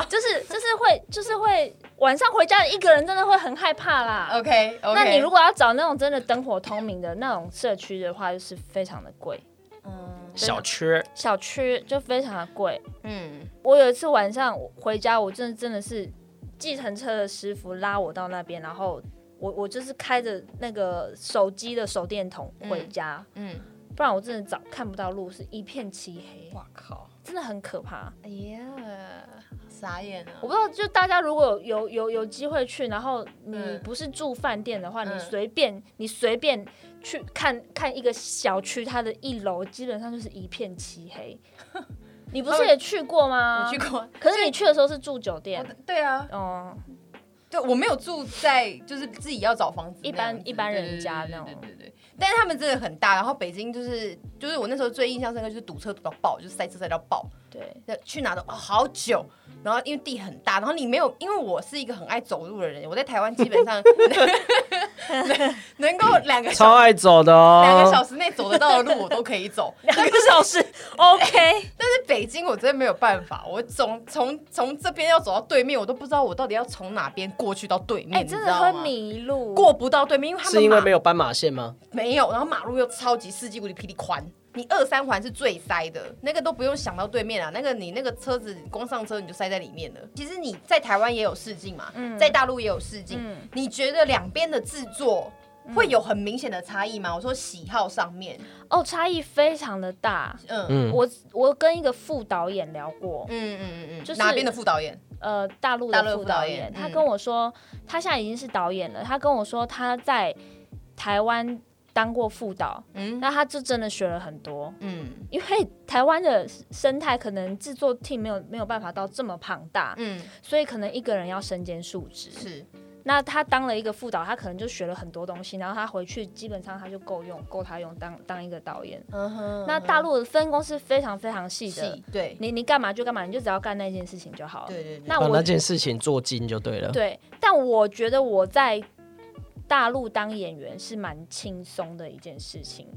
[SPEAKER 3] 就是就是会就是会晚上回家一个人真的会很害怕啦。
[SPEAKER 2] OK，
[SPEAKER 3] 那你如果要找那种真的灯火通明的那种社区的话，就是非常的贵，
[SPEAKER 2] 嗯
[SPEAKER 1] 小缺
[SPEAKER 3] 小区就非常的贵。
[SPEAKER 2] 嗯，
[SPEAKER 3] 我有一次晚上回家，我真的真的是计程车的师傅拉我到那边，然后我我就是开着那个手机的手电筒回家，
[SPEAKER 2] 嗯
[SPEAKER 3] 不然我真的早看不到路，是一片漆黑，
[SPEAKER 2] 哇靠！
[SPEAKER 3] 真的很可怕。
[SPEAKER 4] 哎呀，
[SPEAKER 2] 傻眼啊了、
[SPEAKER 3] 我不知道，就大家如果有有有有机会去，然后你
[SPEAKER 2] 嗯
[SPEAKER 3] 不是住饭店的话，
[SPEAKER 2] 嗯
[SPEAKER 3] 你随便你随便去看看一个小区，它的一楼基本上就是一片漆黑。你不是也去过吗？
[SPEAKER 2] 我去。过，
[SPEAKER 3] 可是你去的时候是住酒店
[SPEAKER 2] 我，对啊，
[SPEAKER 3] 哦、
[SPEAKER 2] 对我没有住在就是自己要找房子那
[SPEAKER 3] 一般
[SPEAKER 2] 样子
[SPEAKER 3] 一般人
[SPEAKER 2] 对对对
[SPEAKER 3] 家
[SPEAKER 2] 对
[SPEAKER 3] 那
[SPEAKER 2] 对
[SPEAKER 3] 种
[SPEAKER 2] 对对对。但是他们真的很大，然后北京就是就是我那时候最印象深刻就是堵车堵到爆，就是塞车塞到爆，
[SPEAKER 3] 对，
[SPEAKER 2] 去哪都哦好久。然后因为地很大，然后你没有，因为我是一个很爱走路的人，我在台湾基本上 能能够两个
[SPEAKER 1] 超
[SPEAKER 2] 小
[SPEAKER 1] 爱走的
[SPEAKER 2] 两个小
[SPEAKER 1] 哦。
[SPEAKER 2] 时内走得到的路我都可以走，
[SPEAKER 3] 两个小时 ，OK，
[SPEAKER 2] 但是北京我真的没有办法，我从从从这边要走到对面，我都不知道我到底要从哪边过去到对面，
[SPEAKER 3] 哎、
[SPEAKER 2] 你
[SPEAKER 3] 真
[SPEAKER 2] 知
[SPEAKER 3] 的
[SPEAKER 2] 道
[SPEAKER 3] 会
[SPEAKER 2] 吗？
[SPEAKER 3] 迷路。
[SPEAKER 2] 过不到对面，因为他们
[SPEAKER 1] 是因为
[SPEAKER 2] 马
[SPEAKER 1] 没有斑马线吗？
[SPEAKER 2] 没有，然后马路又超级世纪无敌霹雳宽，你二三环是最塞的，那个都不用想到对面啊，那个你那个车子光上车你就塞在里面了。其实你在台湾也有试镜嘛，
[SPEAKER 3] 嗯
[SPEAKER 2] 在大陆也有试镜，
[SPEAKER 3] 嗯
[SPEAKER 2] 你觉得两边的制作会有很明显的差异吗？我说喜好上面，
[SPEAKER 3] 哦，差异非常的大。
[SPEAKER 2] 嗯。
[SPEAKER 1] 嗯，
[SPEAKER 3] 我我跟一个副导演聊过，
[SPEAKER 2] 嗯嗯嗯嗯，
[SPEAKER 3] 就是
[SPEAKER 2] 哪边的副导演？
[SPEAKER 3] 呃大陆
[SPEAKER 2] 大陆
[SPEAKER 3] 的
[SPEAKER 2] 的
[SPEAKER 3] 副
[SPEAKER 2] 副导
[SPEAKER 3] 导
[SPEAKER 2] 演
[SPEAKER 3] 演，他
[SPEAKER 2] 嗯
[SPEAKER 3] 跟我说，他现在已经是导演了。他跟我说他在台湾当过副导，
[SPEAKER 2] 嗯
[SPEAKER 3] 那他就真的学了很多，
[SPEAKER 2] 嗯
[SPEAKER 3] 因为台湾的生态可能制作 team 没有没有办法到这么庞大，
[SPEAKER 2] 嗯，
[SPEAKER 3] 所以可能一个人要身兼数职。
[SPEAKER 2] 是
[SPEAKER 3] 那他当了一个副导，他可能就学了很多东西，然后他回去基本上他就够用，够他用当当一个导演。
[SPEAKER 2] 嗯哼
[SPEAKER 3] 那大陆的分工是非常非常细的
[SPEAKER 2] 戏，对
[SPEAKER 3] 你你干嘛就干嘛，你就只要干那件事情就好了。
[SPEAKER 2] 对对对，
[SPEAKER 3] 那
[SPEAKER 1] 把
[SPEAKER 3] 我
[SPEAKER 1] 那件事情做精就对了。
[SPEAKER 3] 对，但我觉得我在大陆当演员是蛮轻松的一件事情，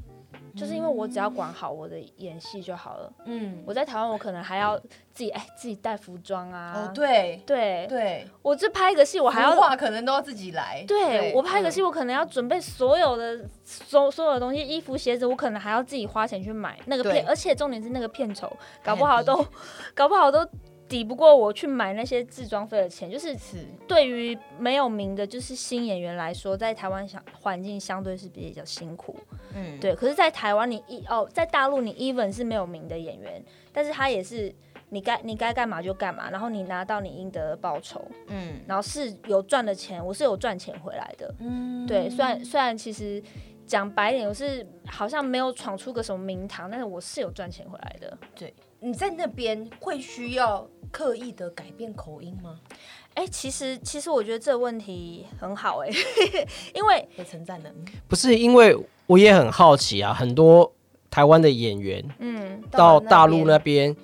[SPEAKER 3] 就是因为我只要管好我的演戏就好了。
[SPEAKER 2] 嗯，
[SPEAKER 3] 我在台湾，我可能还要自己哎自己带服装啊。
[SPEAKER 2] 哦对
[SPEAKER 3] 对
[SPEAKER 2] 对，
[SPEAKER 3] 我这拍一个戏，我
[SPEAKER 2] 我
[SPEAKER 3] 还要。
[SPEAKER 2] 话可能都要自己来，
[SPEAKER 3] 对我拍一个戏，
[SPEAKER 2] 嗯
[SPEAKER 3] 我可能要准备所有的所所有的东西，衣服、鞋子，我可能还要自己花钱去买那个
[SPEAKER 2] 对
[SPEAKER 3] 片，而且重点是那个片酬，搞
[SPEAKER 2] 很
[SPEAKER 3] 不好
[SPEAKER 2] 低
[SPEAKER 3] 都搞不好都抵不过我去买那些制装费的钱，就是
[SPEAKER 2] 是
[SPEAKER 3] 对于没有名的，就是新演员来说，在台湾相环境相对是比较辛苦，
[SPEAKER 2] 嗯
[SPEAKER 3] 对。可是，在台湾你一哦，在大陆你 even 是没有名的演员，但是他也是你该你该干嘛就干嘛，然后你拿到你应得的报酬，
[SPEAKER 2] 嗯
[SPEAKER 3] 然后是有赚的钱，我是有赚钱回来的，
[SPEAKER 2] 嗯
[SPEAKER 3] 对。虽然虽然其实讲白点，我是好像没有闯出个什么名堂，但是我是有赚钱回来的。
[SPEAKER 2] 你在那边会需要刻意的改变口音吗？
[SPEAKER 3] 哎、其实其实我觉得这个问题很好哎、 因为
[SPEAKER 2] 被称赞的，嗯
[SPEAKER 1] 不是因为我也很好奇啊，很多台湾的演员
[SPEAKER 3] 嗯。
[SPEAKER 1] 到大陆那
[SPEAKER 2] 呢？
[SPEAKER 1] 边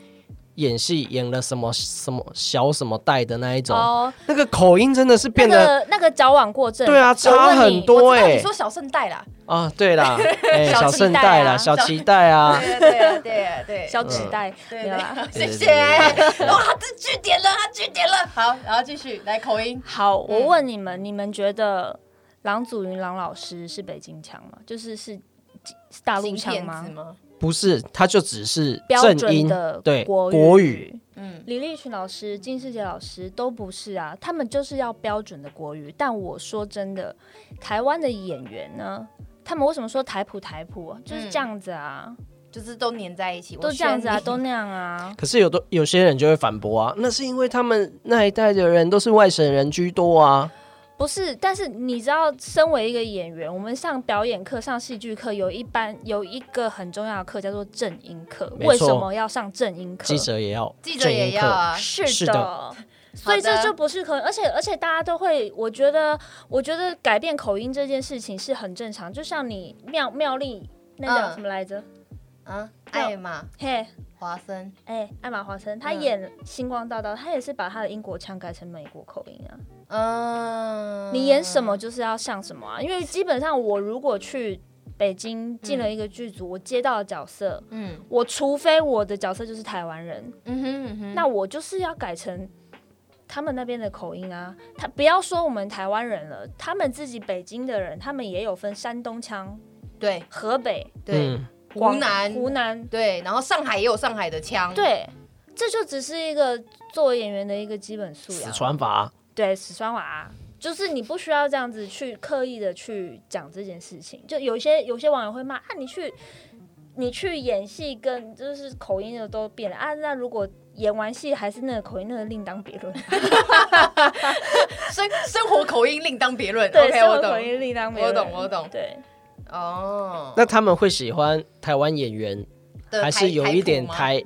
[SPEAKER 1] 演戏，演了什么什么小什么带的那一种，
[SPEAKER 3] 哦，
[SPEAKER 1] 那个口音真的是变
[SPEAKER 3] 那
[SPEAKER 1] 得、
[SPEAKER 3] 个那个矫枉过正，
[SPEAKER 1] 对啊，
[SPEAKER 3] 我
[SPEAKER 1] 差
[SPEAKER 3] 问
[SPEAKER 1] 很
[SPEAKER 3] 你
[SPEAKER 1] 多
[SPEAKER 2] 我知道
[SPEAKER 1] 哎、
[SPEAKER 2] 你说小圣代啦，
[SPEAKER 1] 啊，对啦，哎、
[SPEAKER 3] 小
[SPEAKER 1] 小
[SPEAKER 3] 期
[SPEAKER 1] 圣
[SPEAKER 3] 待
[SPEAKER 1] 代
[SPEAKER 3] 啊
[SPEAKER 1] 啦，小
[SPEAKER 2] 小
[SPEAKER 1] 期待啊，
[SPEAKER 2] 对对对对，
[SPEAKER 3] 小
[SPEAKER 1] 嗯
[SPEAKER 3] 纸袋，
[SPEAKER 2] 对
[SPEAKER 3] 没有啦
[SPEAKER 2] 对，谢
[SPEAKER 1] 对
[SPEAKER 2] 谢。
[SPEAKER 1] 对
[SPEAKER 2] 哇，他这据点了，他据点了。好，然后继续来口音。
[SPEAKER 3] 好，我
[SPEAKER 2] 嗯
[SPEAKER 3] 问你们，你们觉得郎祖云郎老师是北京腔吗？就是是是大陆腔
[SPEAKER 2] 新
[SPEAKER 3] 吗
[SPEAKER 2] 片子？吗？
[SPEAKER 1] 不是，他就只是
[SPEAKER 3] 标
[SPEAKER 1] 正
[SPEAKER 3] 准
[SPEAKER 1] 音
[SPEAKER 3] 的
[SPEAKER 1] 对
[SPEAKER 3] 国
[SPEAKER 1] 国语
[SPEAKER 3] 语，
[SPEAKER 2] 嗯，
[SPEAKER 3] 李立群老师、金世杰老师都不是啊，他们就是要标准的国语。但我说真的，台湾的演员呢，他们为什么说台普台普啊，就是这样子啊，
[SPEAKER 2] 就是都粘在一起，嗯
[SPEAKER 3] 都
[SPEAKER 2] 我
[SPEAKER 3] 这样子啊，
[SPEAKER 2] 选你
[SPEAKER 3] 都那样啊。
[SPEAKER 1] 可是有的有些人就会反驳啊，那是因为他们那一代的人都是外省人居多啊。
[SPEAKER 3] 不是，但是你知道，身为一个演员，我们上表演课、上戏剧课，有一班有一个很重要的课叫做正音课。
[SPEAKER 1] 没错
[SPEAKER 3] 为什么要上正音课
[SPEAKER 1] 记？者也要，
[SPEAKER 2] 记者也要啊。
[SPEAKER 3] 是的，
[SPEAKER 1] 是的
[SPEAKER 3] 所以
[SPEAKER 2] 好
[SPEAKER 3] 这
[SPEAKER 2] 的
[SPEAKER 3] 就不是可能，而且而且大家都会，我觉得，我觉得改变口音这件事情是很正常，就像你妙妙丽那叫
[SPEAKER 2] 嗯
[SPEAKER 3] 什么来着？
[SPEAKER 2] 嗯，艾玛
[SPEAKER 3] 嘿，
[SPEAKER 2] 华生，
[SPEAKER 3] 哎，艾玛华生，她
[SPEAKER 2] 嗯
[SPEAKER 3] 演《星光大道》，她也是把她的英国腔改成美国口音啊。
[SPEAKER 2] 嗯，
[SPEAKER 3] 你演什么就是要像什么啊，因为基本上我如果去北京进了一个剧组，我接到的角色，
[SPEAKER 2] 嗯？
[SPEAKER 3] 我除非我的角色就是台湾人，
[SPEAKER 2] 嗯嗯哼嗯哼，
[SPEAKER 3] 那我就是要改成他们那边的口音啊。他不要说我们台湾人了，他们自己北京的人，他们也有分山东腔、
[SPEAKER 2] 对
[SPEAKER 3] 河北、
[SPEAKER 2] 对，
[SPEAKER 1] 嗯，
[SPEAKER 2] 湖
[SPEAKER 3] 广
[SPEAKER 2] 南
[SPEAKER 3] 湖南，
[SPEAKER 2] 对，然后上海也有上海的腔，，
[SPEAKER 3] 对，这就只是一个作为演员的一个基本素
[SPEAKER 1] 死
[SPEAKER 3] 养。
[SPEAKER 1] 传法、啊
[SPEAKER 3] 对，死酸娃、啊就是你不需要这样子去刻意的去讲这件事情。就有些有些网友会骂啊，你去你去演戏跟就是口音的都变了啊。那如果演完戏还是那个口音，那个另当别论。
[SPEAKER 2] 生生活口音另当别论。
[SPEAKER 3] 对，
[SPEAKER 2] OK，
[SPEAKER 3] 生
[SPEAKER 2] 我
[SPEAKER 3] 活
[SPEAKER 2] 懂
[SPEAKER 3] 口，音另当别
[SPEAKER 2] 我
[SPEAKER 3] 论。
[SPEAKER 2] 懂，我懂。
[SPEAKER 3] 对，
[SPEAKER 2] 哦，
[SPEAKER 1] 那他们会喜欢台湾演员，
[SPEAKER 2] 的
[SPEAKER 1] 还
[SPEAKER 2] 台
[SPEAKER 1] 是有一点
[SPEAKER 2] 普吗
[SPEAKER 1] 台？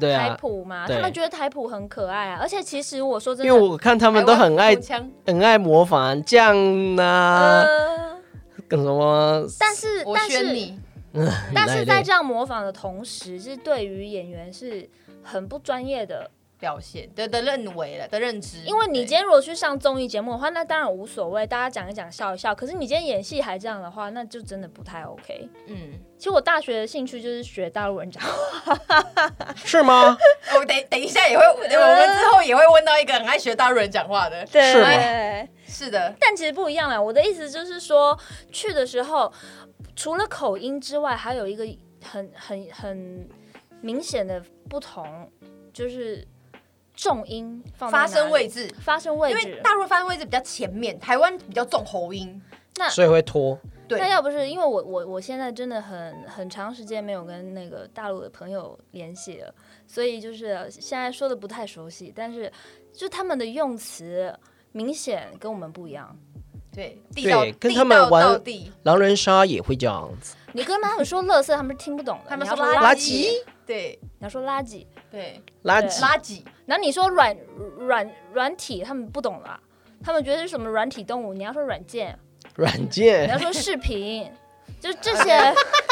[SPEAKER 1] 对
[SPEAKER 3] 台
[SPEAKER 1] 啊，
[SPEAKER 3] 普嘛，
[SPEAKER 1] 对
[SPEAKER 3] 他们觉得台普很可爱啊。而且其实我说真
[SPEAKER 1] 因
[SPEAKER 3] 的，
[SPEAKER 1] 为我看他们都很
[SPEAKER 2] 台
[SPEAKER 1] 爱
[SPEAKER 2] 湾口腔
[SPEAKER 1] 很爱模仿酱啊，
[SPEAKER 3] 呃，
[SPEAKER 1] 跟什么，
[SPEAKER 3] 但是
[SPEAKER 2] 我
[SPEAKER 3] 但
[SPEAKER 2] 宣
[SPEAKER 3] 是
[SPEAKER 2] 你，
[SPEAKER 1] 嗯
[SPEAKER 3] 但是
[SPEAKER 1] 哪
[SPEAKER 3] 在
[SPEAKER 1] 一类
[SPEAKER 3] 这样模仿的同时，是对于演员是很不专业的。
[SPEAKER 2] 表现的的认为了的认知，
[SPEAKER 3] 因为你
[SPEAKER 2] 嗯对
[SPEAKER 3] 今天如果去上综艺节目的话，那当然无所谓，大家讲一讲笑一笑。可是你今天演戏还这样的话，那就真的不太 OK。
[SPEAKER 2] 嗯，
[SPEAKER 3] 其实我大学的兴趣就是学大陆人讲话，
[SPEAKER 1] 是 吗？
[SPEAKER 2] 哦，等等一下也会，我们之后也会问到一个很爱学大陆人讲话的，
[SPEAKER 3] 对
[SPEAKER 1] 是
[SPEAKER 2] 是的，
[SPEAKER 3] 但其实不一样啊啦。我的意思就是说，去的时候除了口音之外，还有一个很很很明显的不同，就是重音放在
[SPEAKER 2] 发声
[SPEAKER 3] 哪里
[SPEAKER 2] 位置，
[SPEAKER 3] 发声位
[SPEAKER 2] 因为
[SPEAKER 3] 置。
[SPEAKER 2] 大陆发声位置比较前面，台湾比较重喉音，
[SPEAKER 3] 那
[SPEAKER 1] 所以会拖。
[SPEAKER 2] 对
[SPEAKER 3] 那要不是因为我我我现在真的很很长时间没有跟那个大陆的朋友联系了，所以就是现在说的不太熟悉，但是就他们的用词明显跟我们不一样。
[SPEAKER 2] 对，地道
[SPEAKER 1] 对跟
[SPEAKER 2] 地
[SPEAKER 1] 他们
[SPEAKER 2] 道
[SPEAKER 1] 玩
[SPEAKER 2] 到地，
[SPEAKER 1] 狼人杀也会这样子，
[SPEAKER 3] 你跟他们说“垃圾”，他们是听不懂的。
[SPEAKER 2] 他们
[SPEAKER 3] 你要
[SPEAKER 2] 说
[SPEAKER 3] 说
[SPEAKER 1] 垃
[SPEAKER 2] 垃
[SPEAKER 1] 圾
[SPEAKER 2] 圾，对
[SPEAKER 3] 你要说垃圾，
[SPEAKER 2] 对，
[SPEAKER 1] 垃
[SPEAKER 3] 对
[SPEAKER 1] 圾
[SPEAKER 2] 垃圾，
[SPEAKER 3] 然后你说软软软体，他们不懂啦，他们觉得是什么软体动物，你要说软件，
[SPEAKER 1] 软
[SPEAKER 3] 你
[SPEAKER 1] 件
[SPEAKER 3] 要说视 频，就是这些，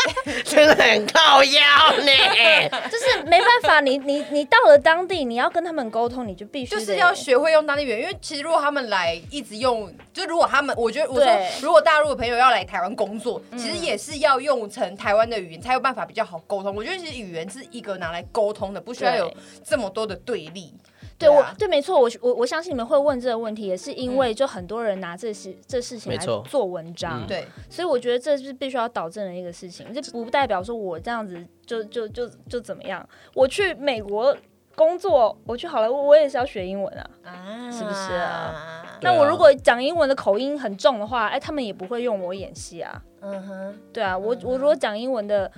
[SPEAKER 1] 真的很靠腰呢。
[SPEAKER 3] 就是没办法，你你你到了当地，你要跟他们沟通，你就必须
[SPEAKER 2] 就
[SPEAKER 3] 得
[SPEAKER 2] 是要学会用当地语言，因为其实如果他们来一直用，就如果他们，我觉得我说
[SPEAKER 3] 对，
[SPEAKER 2] 如果大陆的朋友要来台湾工作，其实也是要用成台湾的语言，才有办法比较好沟通。我觉得其实语言是一个拿来沟通的，不需要有
[SPEAKER 3] 对
[SPEAKER 2] 这么多的对立。
[SPEAKER 3] 对我
[SPEAKER 2] 啊嗯
[SPEAKER 3] 对没错，我我我相信你们会问这个问题，也是因为就很多人拿这些这事情
[SPEAKER 1] 没
[SPEAKER 3] 来
[SPEAKER 1] 错
[SPEAKER 3] 做文章，
[SPEAKER 2] 对，
[SPEAKER 3] 所以我觉得这是必须要导正的一个事情，这不代表说我这样子就就就就怎么样。我去美国工作，我去好莱坞，我也是要学英文啊。
[SPEAKER 2] 啊
[SPEAKER 3] 是不是啊
[SPEAKER 1] 对
[SPEAKER 3] 那
[SPEAKER 1] 啊
[SPEAKER 3] 我如果讲英文的口音很重的话，哎，他们也不会用我演戏啊。
[SPEAKER 2] 嗯哼，
[SPEAKER 3] 对啊，我我如果讲英文的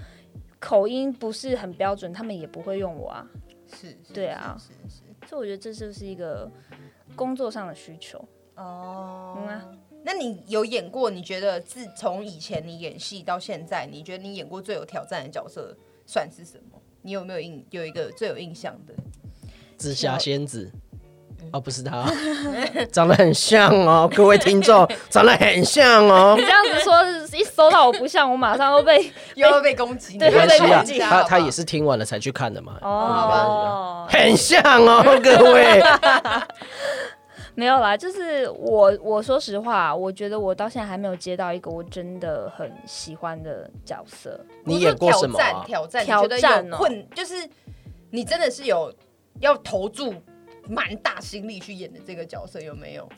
[SPEAKER 3] 口音不是很标准，他们也不会用我啊。
[SPEAKER 2] 是，是
[SPEAKER 3] 对啊
[SPEAKER 2] 是是是
[SPEAKER 3] 所以我觉得这就是一个工作上的需求。
[SPEAKER 2] 哦
[SPEAKER 3] 嗯啊
[SPEAKER 2] 那你有演过？你觉得自从以前你演戏到现在，你觉得你演过最有挑战的角色算是什么？你有没有印有一个最有印象的？
[SPEAKER 1] 紫霞仙子。哦，不是他， 长得很像哦，各位听众， 长得很像哦
[SPEAKER 3] 你。这样子说，一搜到我不像，我马上都 被
[SPEAKER 2] 又要被攻击，
[SPEAKER 3] 对
[SPEAKER 1] 没关系
[SPEAKER 3] 会被
[SPEAKER 1] 啊
[SPEAKER 3] 攻击，
[SPEAKER 1] 他他也是听完了才去看的
[SPEAKER 2] 哦
[SPEAKER 1] 嘛。
[SPEAKER 3] 哦，
[SPEAKER 1] 很像哦，各位。
[SPEAKER 3] 没有啦，就是我我说实话，我觉得我到现在还没有接到一个我真的很喜欢的角色。
[SPEAKER 1] 你演过什么啊
[SPEAKER 2] 不是挑战
[SPEAKER 3] 挑
[SPEAKER 2] 挑
[SPEAKER 3] 战
[SPEAKER 2] 战，
[SPEAKER 3] 哦
[SPEAKER 2] 你觉得有困，就是你真的是有要投注蛮大心力去演的这个角色，有没有？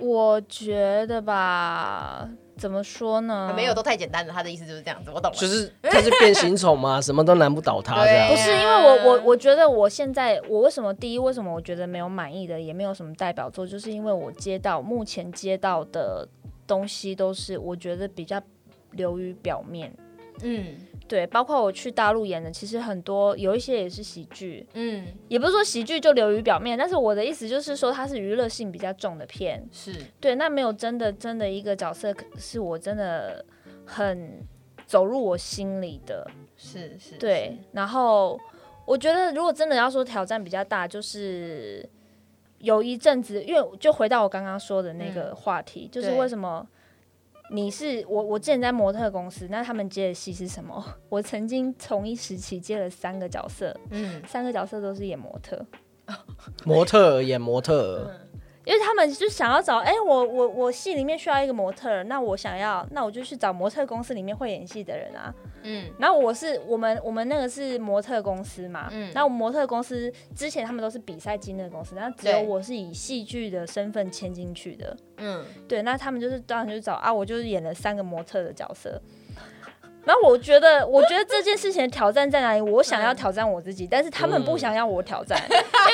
[SPEAKER 3] 我觉得吧，怎么说呢？
[SPEAKER 2] 啊没有，都太简单了。他的意思就是这样子，我懂了。
[SPEAKER 1] 就是他是变形虫嘛， 什么都难不倒他这
[SPEAKER 3] 不
[SPEAKER 1] 样。
[SPEAKER 3] 是因为我我我觉得我现在我为什么第一为什么我觉得没有满意的，也没有什么代表作，就是因为我接到目前接到的东西都是我觉得比较流于表面。
[SPEAKER 2] 嗯
[SPEAKER 3] 对，包括我去大陆演的，其实很多有一些也是喜剧，
[SPEAKER 2] 嗯，
[SPEAKER 3] 也不是说喜剧就流于表面，但是我的意思就是说它是娱乐性比较重的片。
[SPEAKER 2] 是
[SPEAKER 3] 对，那没有真的真的一个角色是我真的很走入我心里的。
[SPEAKER 2] 是是，
[SPEAKER 3] 对，然后我觉得如果真的要说挑战比较大，就是有一阵子，因为就回到我刚刚说的那个话题，就是
[SPEAKER 2] 对
[SPEAKER 3] 为什么你是我，我之前在模特公司，那他们接的戏是什么？ 我曾经从一时期接了三个角色，
[SPEAKER 2] 是，嗯
[SPEAKER 3] 三个角色都是演模特。
[SPEAKER 1] 模特儿演模特儿，
[SPEAKER 3] 因为他们就想要找，哎、我我我戏里面需要一个模特儿，那我想要，那我就去找模特公司里面会演戏的人啊。
[SPEAKER 2] 嗯
[SPEAKER 3] 然后我是我们我们那个是模特公司嘛，嗯，那我们模特公司之前他们都是比赛进那个公司，那只有
[SPEAKER 2] 对
[SPEAKER 3] 我是以戏剧的身份签进去的，
[SPEAKER 2] 嗯，
[SPEAKER 3] 对，那他们就是当然就是找啊，我就是演了三个模特的角色。然后我觉得，我觉得这件事情的挑战在哪里？我想要挑战我自己，但是他们不想要我挑战，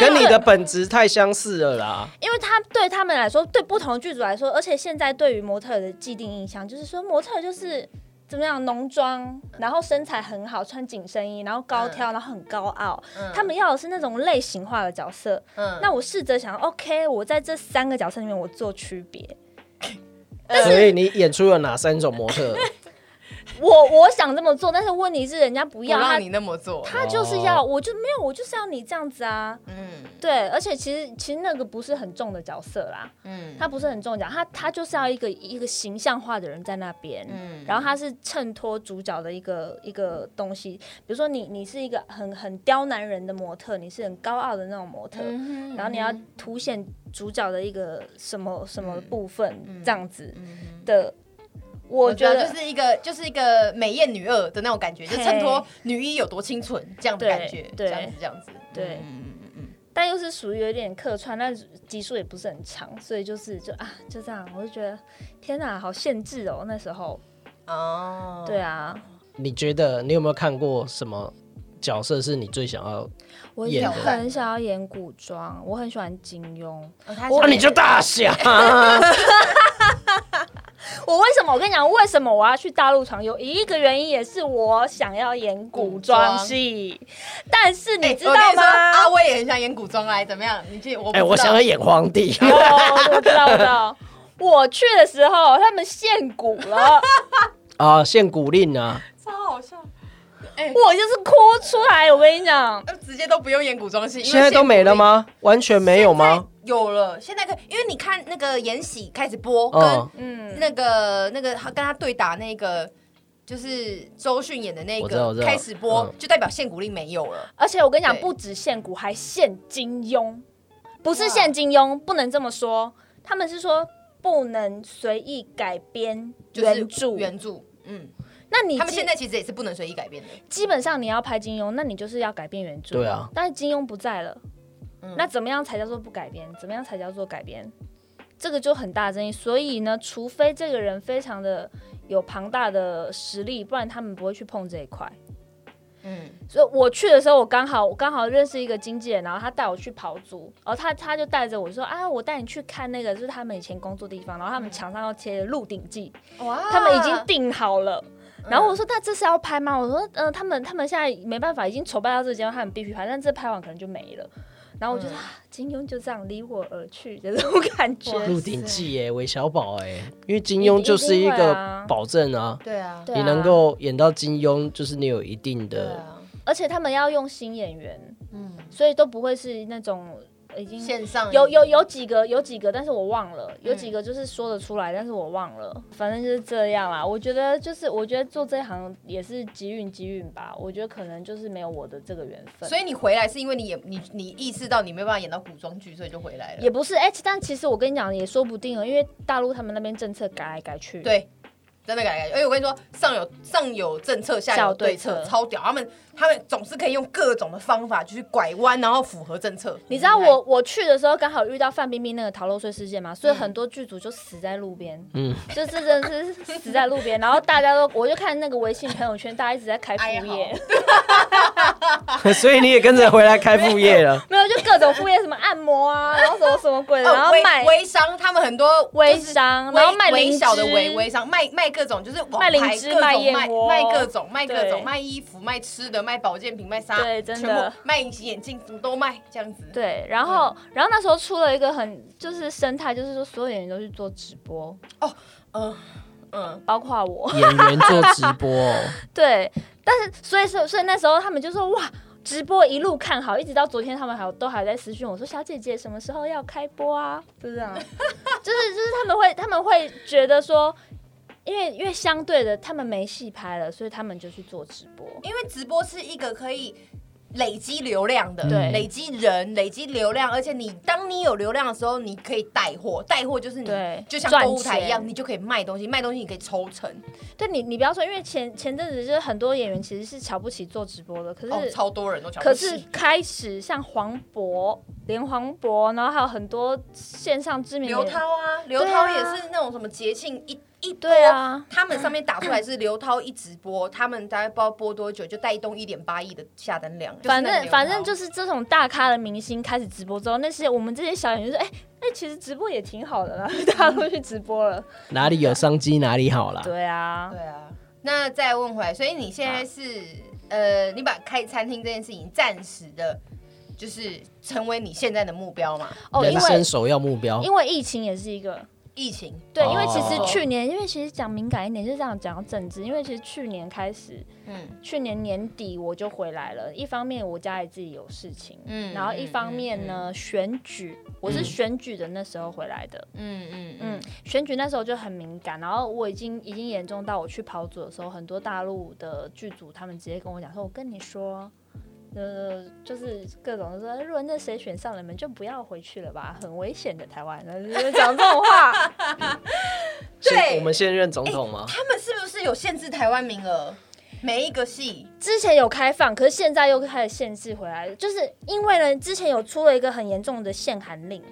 [SPEAKER 1] 跟你的本质太相似了啦。
[SPEAKER 3] 因为他对他们来说，对不同的剧组来说，而且现在对于模特儿的既定印象就是说，模特儿就是怎么样浓
[SPEAKER 2] 嗯
[SPEAKER 3] 妆，然后身材很好，穿紧身衣，然后高挑，然后很高傲。他们要的是那种类型化的角色。
[SPEAKER 2] 嗯
[SPEAKER 3] 那我试着想，OK，我在这三个角色里面我做区别。
[SPEAKER 1] 所以你演出了哪三种模特？
[SPEAKER 3] 我我想这么做，但是问题是人家不
[SPEAKER 2] 不
[SPEAKER 3] 要他
[SPEAKER 2] 让你，哦那么做。
[SPEAKER 3] 他就是要，我就没有，我就是要你这样子啊。
[SPEAKER 2] 嗯
[SPEAKER 3] 对，而且其实其实那个不是很重的角色啦，
[SPEAKER 2] 嗯，
[SPEAKER 3] 他不是很重的角，他他就是要一个一个形象化的人在那边，
[SPEAKER 2] 嗯
[SPEAKER 3] 然后他是衬托主角的一个一个东西，比如说你你是一个很很刁难人的模特，你是很高傲的那种模特，
[SPEAKER 2] 嗯
[SPEAKER 3] 然后你要凸显主角的一个什么什么部分、这样子
[SPEAKER 2] 嗯
[SPEAKER 3] 的，我觉
[SPEAKER 2] 知道
[SPEAKER 3] 得
[SPEAKER 2] 啊就是一个就是一个美艳女二的那种感觉，就
[SPEAKER 3] 嘿
[SPEAKER 2] 衬托女一有多清纯这样的
[SPEAKER 3] 对
[SPEAKER 2] 感觉，这
[SPEAKER 3] 对
[SPEAKER 2] 样子这样子，
[SPEAKER 3] 对
[SPEAKER 2] 嗯嗯嗯
[SPEAKER 3] 但又是属于有点客串，但集数也不是很长，所以就是就啊就这样，我就觉得天哪，好限制哦那时候。
[SPEAKER 2] 嗯，哦，
[SPEAKER 3] 对啊，
[SPEAKER 1] 你觉得你有没有看过什么角色是你最想要？
[SPEAKER 3] 我
[SPEAKER 1] 演
[SPEAKER 3] 也
[SPEAKER 1] 的
[SPEAKER 3] 很想要演古装，我很喜欢金庸。
[SPEAKER 2] 哦，
[SPEAKER 1] 那、
[SPEAKER 2] 他想
[SPEAKER 1] 啊你就大侠、
[SPEAKER 3] 我为什么？我跟你讲，为什么我要去大陆闯？有一个原因也是我想要演古装戏，但是你啊
[SPEAKER 2] 哎
[SPEAKER 3] 知
[SPEAKER 2] 我跟
[SPEAKER 3] 道
[SPEAKER 2] 说阿
[SPEAKER 3] 吗？
[SPEAKER 2] 威也很想演古装来，怎么样？你记我不
[SPEAKER 1] 哎、我
[SPEAKER 2] 知道
[SPEAKER 1] 想要演皇帝。
[SPEAKER 3] 哦，我知道，我知道。我去的时候，他们献蛊了，
[SPEAKER 1] 啊，限古令啊，
[SPEAKER 2] 超好笑，
[SPEAKER 3] 我就是哭出来。我跟你讲，
[SPEAKER 2] 呃直接都不用演古装戏，因为
[SPEAKER 1] 现在都没了吗？完全没有吗？
[SPEAKER 2] 有了，现在可以因为你看那个延禧开始播，
[SPEAKER 1] 嗯
[SPEAKER 2] 跟
[SPEAKER 3] 嗯，
[SPEAKER 2] 那个那个他跟他对打那个，就是周迅演的那
[SPEAKER 1] 我知道我
[SPEAKER 2] 个
[SPEAKER 1] 知道
[SPEAKER 2] 开始播
[SPEAKER 1] 嗯，
[SPEAKER 2] 就代表献古令没有了。
[SPEAKER 3] 而且我跟你讲，
[SPEAKER 2] 对
[SPEAKER 3] 不止献蛊，还献金庸，不是献金庸，不能这么说。他们是说不能随意改编
[SPEAKER 2] 就是
[SPEAKER 3] 原著，
[SPEAKER 2] 原著，嗯，
[SPEAKER 3] 那你
[SPEAKER 2] 他们
[SPEAKER 3] 基
[SPEAKER 2] 现在其实也是不能随意改变的。
[SPEAKER 3] 基本上你要拍金庸，那你就是要改变原著。
[SPEAKER 1] 对啊，
[SPEAKER 3] 但是金庸不在了，
[SPEAKER 2] 嗯
[SPEAKER 3] 那怎么样才叫做不改编？怎么样才叫做改编？这个就很大争议。所以呢，除非这个人非常的有庞大的实力，不然他们不会去碰这一块。
[SPEAKER 2] 嗯，
[SPEAKER 3] 所以我去的时候，我刚好我刚好认识一个经纪人，然后他带我去跑组，然后他他就带着我说啊，我带你去看那个就是他们以前工作地方，然后他
[SPEAKER 2] 嗯
[SPEAKER 3] 们墙上要贴的《鹿鼎记》，
[SPEAKER 2] 哇
[SPEAKER 3] 他们已
[SPEAKER 2] 啊
[SPEAKER 3] 经定好了。
[SPEAKER 2] 嗯
[SPEAKER 3] 然后我说：“那这是要拍吗？”我说：“嗯、他们他们现在没办法，已经筹办到这个阶段，他们必须拍，但这拍完可能就没了。”然后我就
[SPEAKER 2] 嗯
[SPEAKER 3] 说、啊，金庸就这样离我而去的这种感觉。
[SPEAKER 1] 《
[SPEAKER 2] 哇
[SPEAKER 1] 鹿鼎记》耶，韦小宝哎，因为金庸就是一
[SPEAKER 3] 一定会
[SPEAKER 1] 个
[SPEAKER 3] 啊
[SPEAKER 1] 保证啊，
[SPEAKER 2] 对啊，
[SPEAKER 3] 对啊
[SPEAKER 1] 你能 够演到金庸，就是你有一定
[SPEAKER 2] 对
[SPEAKER 1] 的。
[SPEAKER 2] 啊，
[SPEAKER 3] 而且他们要用新演员，
[SPEAKER 2] 嗯，
[SPEAKER 3] 所以都不会是那种已经
[SPEAKER 2] 线上
[SPEAKER 3] 有有有几个有几个，但是我忘了，有几
[SPEAKER 2] 嗯
[SPEAKER 3] 个就是说得出来，但是我忘了，反正就是这样啦。我觉得就是我觉得做这一行也是机运机运吧，我觉得可能就是没有我的这个缘分。
[SPEAKER 2] 所以你回来是因为你演你你意识到你没有办法演到古装剧，所以就回来了。
[SPEAKER 3] 也不是，哎、其但其实我跟你讲也说不定哦，因为大陆他们那边政策改来改去。
[SPEAKER 2] 对，真的改改。因哎为我跟你说，上有上有政策，下
[SPEAKER 3] 下
[SPEAKER 2] 有
[SPEAKER 3] 有
[SPEAKER 2] 对
[SPEAKER 3] 对
[SPEAKER 2] 策，
[SPEAKER 3] 策
[SPEAKER 2] 超屌。他们他们总是可以用各种的方法，就是拐弯，然后符合政策。哦
[SPEAKER 3] 你知道
[SPEAKER 2] 很厉害嗯
[SPEAKER 3] 我我去的时候刚好遇到范冰冰那个逃漏税事件嘛，所以很多剧组就死在路边，
[SPEAKER 1] 嗯，
[SPEAKER 3] 就这真的是死在路边。然后大家都，我就看那个微信朋友圈，大家一直在开副
[SPEAKER 2] 哎
[SPEAKER 3] 业
[SPEAKER 2] 好，
[SPEAKER 1] 所以你也跟着回来开副业 了。
[SPEAKER 3] 没有就各种副业，什么按摩啊，然后什么什么鬼的，
[SPEAKER 2] 呃
[SPEAKER 3] 然后
[SPEAKER 2] 微
[SPEAKER 3] 卖
[SPEAKER 2] 微商，他们很多
[SPEAKER 3] 微
[SPEAKER 2] 就是
[SPEAKER 3] 商，
[SPEAKER 2] 微
[SPEAKER 3] 然后卖
[SPEAKER 2] 微
[SPEAKER 3] 灵
[SPEAKER 2] 小的
[SPEAKER 3] 芝
[SPEAKER 2] 微微商，卖卖各种就是网
[SPEAKER 3] 卖灵
[SPEAKER 2] 牌
[SPEAKER 3] 芝
[SPEAKER 2] 各种
[SPEAKER 3] 卖燕
[SPEAKER 2] 卖
[SPEAKER 3] 窝
[SPEAKER 2] 卖各种卖各
[SPEAKER 3] 对
[SPEAKER 2] 种卖衣服卖吃的卖保健品卖啥，
[SPEAKER 3] 对真的
[SPEAKER 2] 全部卖隐形眼镜什么都卖这样子。
[SPEAKER 3] 对，
[SPEAKER 2] 嗯
[SPEAKER 3] 然后，然后那时候出了一个很就是生态，就是说所有演员都去做直播，
[SPEAKER 2] 嗯嗯，
[SPEAKER 3] 包括我。
[SPEAKER 1] 演员做直播 哦，
[SPEAKER 3] 对，但是所以说，所以那时候他们就说哇。直播一路看好，一直到昨天，他们还有都还在私讯我说：“小姐姐什么时候要开播啊？”就这样， 就是就是他们会他们会觉得说，因为因为相对的他们没戏拍了，所以他们就去做直播。
[SPEAKER 2] 因为直播是一个可以。累积流量的，
[SPEAKER 1] 对
[SPEAKER 2] 累积人，累积流量，而且你当你有流量的时候，你可以带货，带货就是你
[SPEAKER 3] 对
[SPEAKER 2] 就像
[SPEAKER 3] 赚
[SPEAKER 2] 购物台一样，
[SPEAKER 3] 钱
[SPEAKER 2] 你就可以卖东西，卖东西你可以抽成，
[SPEAKER 3] 对你你不要说，因为前前阵子就是很多演员其实是瞧不起做直播的，可是、
[SPEAKER 2] 哦，超多人都抢。
[SPEAKER 3] 嗯可是开始像黄渤、连黄渤，然后还有很多线上知名演
[SPEAKER 2] 刘
[SPEAKER 3] 员，
[SPEAKER 2] 涛啊，刘
[SPEAKER 3] 对
[SPEAKER 2] 涛
[SPEAKER 3] 啊
[SPEAKER 2] 也是那种什么节庆一一波
[SPEAKER 3] 对啊，
[SPEAKER 2] 他们上面打出来是刘涛一直播，他们大概不知道播多久就带动一点八亿的下单量。
[SPEAKER 3] 反正反正就是是这种大咖的明星开始直播之后，那些我们这些小演员就说，哎、哎、其实直播也 挺好的啦，大家都去直播了。
[SPEAKER 1] 哪里有商机哪里好啦。
[SPEAKER 3] 对
[SPEAKER 2] 那
[SPEAKER 3] 啊
[SPEAKER 2] 个，流量对啊，那再问回来，所以你现在是呃，你把开餐厅这件事情暂时的，就是成为你现在的目标嘛？
[SPEAKER 3] 哦，因
[SPEAKER 1] 人生
[SPEAKER 3] 为
[SPEAKER 1] 首要目标。
[SPEAKER 3] 因为疫情也是一个。
[SPEAKER 2] 疫情
[SPEAKER 3] 对，
[SPEAKER 1] 哦
[SPEAKER 3] 因为其实去年，因为其实讲敏感一点，就是这样讲到政治。因为其实去年开始，
[SPEAKER 2] 嗯
[SPEAKER 3] 嗯，去年年底我就回来了。一方面我家里自己有事情，
[SPEAKER 2] 嗯
[SPEAKER 3] 嗯，然后一方面呢、选举，我是选举的那时候回来的，
[SPEAKER 2] 嗯嗯嗯，
[SPEAKER 3] 嗯，选举那时候就很敏感。然后我已经已经严重到我去跑组的时候，很多大陆的剧组他们直接跟我讲说：“我哦跟你说。”呃，就是各种说，如果那谁选上了，你们就不要回去了吧，很危险的台湾，然后就讲 这种话。
[SPEAKER 1] 现
[SPEAKER 2] 对哎
[SPEAKER 1] 我们现任总统吗？
[SPEAKER 2] 他们是不是有限制台湾名额？每一个戏
[SPEAKER 3] 之前有开放，可是现在又开始限制回来了，就是因为呢，之前有出了一个很严重的限韩令，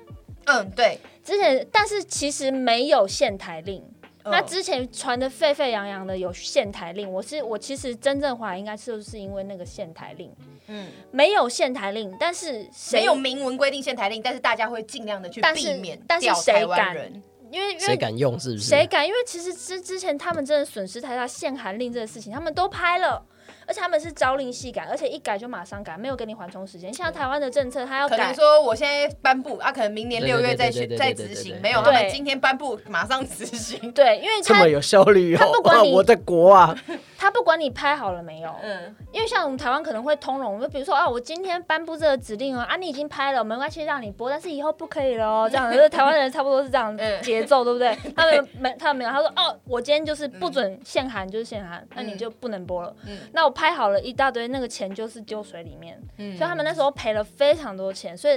[SPEAKER 2] 嗯，对，
[SPEAKER 3] 之前但是其实没有限台令。
[SPEAKER 2] 嗯
[SPEAKER 3] 那之前传的沸沸扬扬的有限台令，我是我其实真正怀疑应该就是因为那个限台令
[SPEAKER 2] 嗯，
[SPEAKER 3] 没有限台令，但是谁
[SPEAKER 2] 没有明文规定限台令，但是大家会尽量的去
[SPEAKER 3] 但
[SPEAKER 2] 避
[SPEAKER 3] 是
[SPEAKER 2] 免
[SPEAKER 3] 但是
[SPEAKER 2] 掉
[SPEAKER 3] 谁
[SPEAKER 2] 台湾
[SPEAKER 3] 敢
[SPEAKER 2] 人。
[SPEAKER 3] 因为因
[SPEAKER 1] 谁
[SPEAKER 3] 为
[SPEAKER 1] 敢用？是不是？
[SPEAKER 3] 谁敢？因为其实之之前他们真的损失太大，限韩令这个事情他们都拍了，而且他们是朝令夕改，而且一改就马上改，没有给你缓冲时间。像台湾的政策，他要
[SPEAKER 2] 可
[SPEAKER 3] 改
[SPEAKER 2] 能，说我现在颁布啊，可能明年
[SPEAKER 1] 对
[SPEAKER 2] 六月
[SPEAKER 1] 对对
[SPEAKER 2] 再
[SPEAKER 1] 对
[SPEAKER 2] 去
[SPEAKER 1] 对
[SPEAKER 2] 再
[SPEAKER 1] 对对
[SPEAKER 2] 执行，
[SPEAKER 1] 对
[SPEAKER 2] 没有，他们
[SPEAKER 3] 对
[SPEAKER 2] 今天颁布马上执行。
[SPEAKER 3] 对，因为
[SPEAKER 1] 这
[SPEAKER 3] 他
[SPEAKER 1] 么有效率哦
[SPEAKER 3] 他不！管你
[SPEAKER 1] 我的国啊，
[SPEAKER 3] 他不管你拍好了没有，
[SPEAKER 2] 嗯，
[SPEAKER 3] 因为像我们台湾可能会通融，就比如说啊，我今天颁布这个指令哦，啊，你已经拍了，没关系，让你播，但是以后不可以了哦，这样，就是台湾人差不多是这样
[SPEAKER 2] 嗯
[SPEAKER 3] 节奏，对不对？他们没，他们没有，他说哦，我今天就是不准限韩，就是限韩，那你就不能播了。
[SPEAKER 2] 嗯
[SPEAKER 3] 那我拍好了一大堆，那个钱就是丢水里面，
[SPEAKER 2] 嗯
[SPEAKER 3] 所以他们那时候赔了非常多钱，所以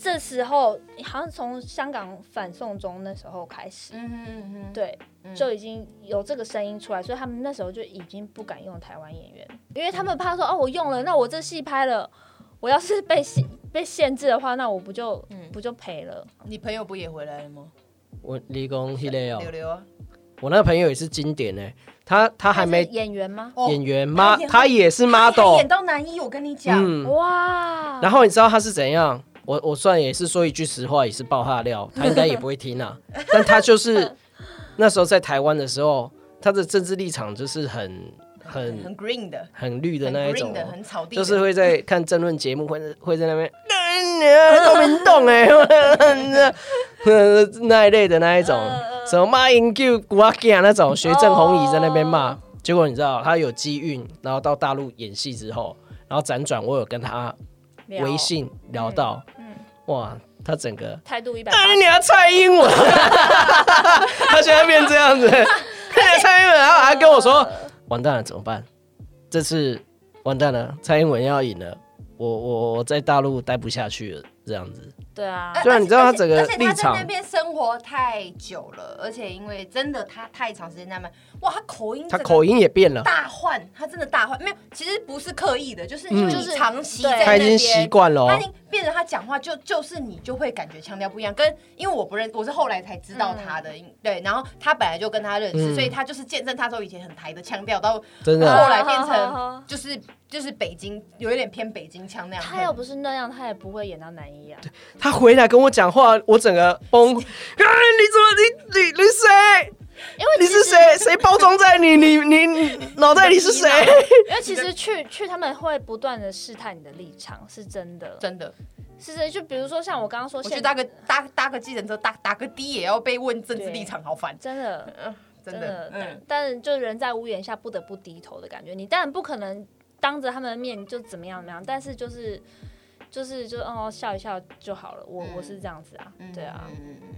[SPEAKER 3] 这时候好像从香港反送中那时候开始，
[SPEAKER 2] 嗯哼嗯哼，
[SPEAKER 3] 对，就已经有这个声音出来，所以他们那时候就已经不敢用台湾演员，因为他们怕说哦，我用了，那我这戏拍了，我要是被限被限制的话，那我不就、不就赔了？
[SPEAKER 2] 你朋友不也回来了吗？
[SPEAKER 1] 我理工系列哦
[SPEAKER 2] 柳，柳啊，
[SPEAKER 1] 我那个朋友也是经典呢、他他还没
[SPEAKER 3] 是演员吗？
[SPEAKER 2] 哦
[SPEAKER 1] 演员吗
[SPEAKER 2] 他演？
[SPEAKER 1] 他也是
[SPEAKER 2] 他
[SPEAKER 1] model
[SPEAKER 2] 演。到男一，我跟你讲，
[SPEAKER 1] 嗯，
[SPEAKER 3] 哇！
[SPEAKER 1] 然后你知道他是怎样？我我算也是说一句实话，也是爆他料，他应该也不会听 啊。但他就是那时候在台湾的时候，他的政治立场就是很很
[SPEAKER 2] 很 green 的，
[SPEAKER 1] 很绿的
[SPEAKER 2] 很
[SPEAKER 1] 那一
[SPEAKER 2] green
[SPEAKER 1] 种
[SPEAKER 2] 的，
[SPEAKER 1] 哦，
[SPEAKER 2] 很草地的，
[SPEAKER 1] 就是会在看争论节目，会会在那边，哎都民动哎， 那一类的那一种，什么骂英九、古阿吉那种，学郑红怡在那边骂。结果你知道，他有机运，然后到大陆演戏之后，然后辗转，我有跟他
[SPEAKER 3] 聊
[SPEAKER 1] 微信聊到，哇，他整个
[SPEAKER 3] 态度一 百八
[SPEAKER 1] 啊，你要蔡英 文，他现在变这 样子，哎蔡英文，然后还跟我说，完蛋了，怎么办？这次完蛋了，蔡英文要赢了，我我我在大陆待不下去了，这样子。
[SPEAKER 3] 对啊，
[SPEAKER 2] 哎
[SPEAKER 1] 虽然你知道他
[SPEAKER 2] 呃而且
[SPEAKER 1] 整个
[SPEAKER 2] 而且
[SPEAKER 1] 立
[SPEAKER 2] 他在
[SPEAKER 1] 场
[SPEAKER 2] 那边生活太久了，而且因为真的他太长时间在那边，哇，他口音
[SPEAKER 1] 他
[SPEAKER 2] 这个
[SPEAKER 1] 口音也变了，
[SPEAKER 2] 大换，他真的大换，没有，其实不是刻意的，就是因为
[SPEAKER 1] 嗯
[SPEAKER 2] 你长期
[SPEAKER 3] 就是
[SPEAKER 2] 在
[SPEAKER 3] 对
[SPEAKER 1] 他
[SPEAKER 2] 那
[SPEAKER 1] 已经
[SPEAKER 2] 边。
[SPEAKER 1] 习惯了哦
[SPEAKER 2] 他已。经变成他讲话就就是你就会感觉腔调不一样，跟因为我不认我是后来才知道他的、对，然后他本来就跟他认识，
[SPEAKER 1] 嗯
[SPEAKER 2] 所以他就是见证他从以前很台的腔调到
[SPEAKER 1] 真的
[SPEAKER 2] 后
[SPEAKER 1] 啊。
[SPEAKER 2] 来变
[SPEAKER 3] 哦好好好
[SPEAKER 2] 成
[SPEAKER 3] 好
[SPEAKER 2] 就是就是北京有一点偏北京腔那样。
[SPEAKER 3] 他要不是那样，他也不会演到男一啊。
[SPEAKER 1] 他回来跟我讲话，我整个崩。 啊！你怎么你你你谁？
[SPEAKER 3] 因为
[SPEAKER 1] 你
[SPEAKER 3] 其
[SPEAKER 1] 是
[SPEAKER 3] 实
[SPEAKER 1] 谁？谁包装在你你你你脑袋里是谁？
[SPEAKER 3] 因为其实去去他们会不断的试探你的立场，是真的，
[SPEAKER 2] 真的，
[SPEAKER 3] 是真的。就比如说像我刚刚说
[SPEAKER 2] 我
[SPEAKER 3] 现，
[SPEAKER 2] 觉得搭个搭搭个计程车搭打个的也要被问政治立场，好烦，
[SPEAKER 3] 真的
[SPEAKER 2] 真
[SPEAKER 3] 真
[SPEAKER 2] 的，，
[SPEAKER 3] 的
[SPEAKER 2] 嗯，
[SPEAKER 3] 但但就人在屋檐下不得不低头的感觉。你当然不可能当着他们的面就怎么样怎么样，但是就是就是就哦笑一笑就好了。我、我是
[SPEAKER 2] 嗯
[SPEAKER 3] 这样子啊，对啊，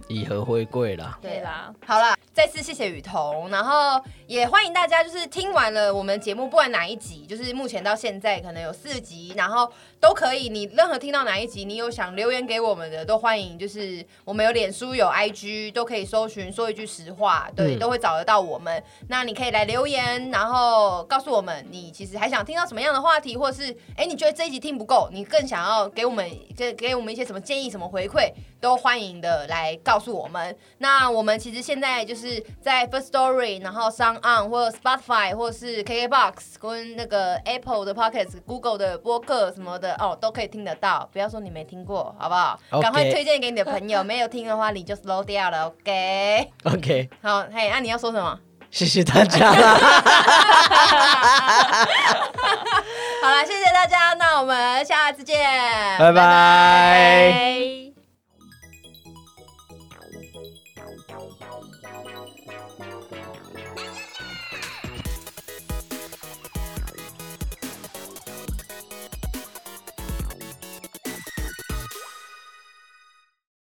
[SPEAKER 1] 以和为贵啦。
[SPEAKER 3] 对啦，
[SPEAKER 2] 好啦，再次谢谢雨桐，然后也欢迎大家就是听完了我们节目，不管哪一集，就是目前到现在可能有四集，然后都可以，你任何听到哪一集，你有想留言给我们的，都欢迎，就是我们有脸书有 IG，都可以搜寻说一句实话，对，
[SPEAKER 1] 嗯
[SPEAKER 2] 都会找得到我们。那你可以来留言，然后告诉我们你其实还想听到什么样的话题，或是哎、你觉得这一集听不够，你更想要给我们给给我们一些什么建议、什么回馈，都欢迎的来告诉我们。那我们其实现在就是在 First Story，然后 s o n On 或者 Spotify 或是 KKBox 跟那个 Apple 的 Pockets、Google 的播客什么的哦，都可以听得到。不要说你没听过，好不好？
[SPEAKER 1] OK
[SPEAKER 2] 赶快推荐给你的朋友，没有听的话你就 slow 掉了，OK？
[SPEAKER 1] OK，
[SPEAKER 2] 好，嘿，那、你要说什么？
[SPEAKER 1] 谢谢大家 啦，
[SPEAKER 2] 好啦，谢谢大家，那我们下次见，
[SPEAKER 1] 拜拜。
[SPEAKER 3] 拜。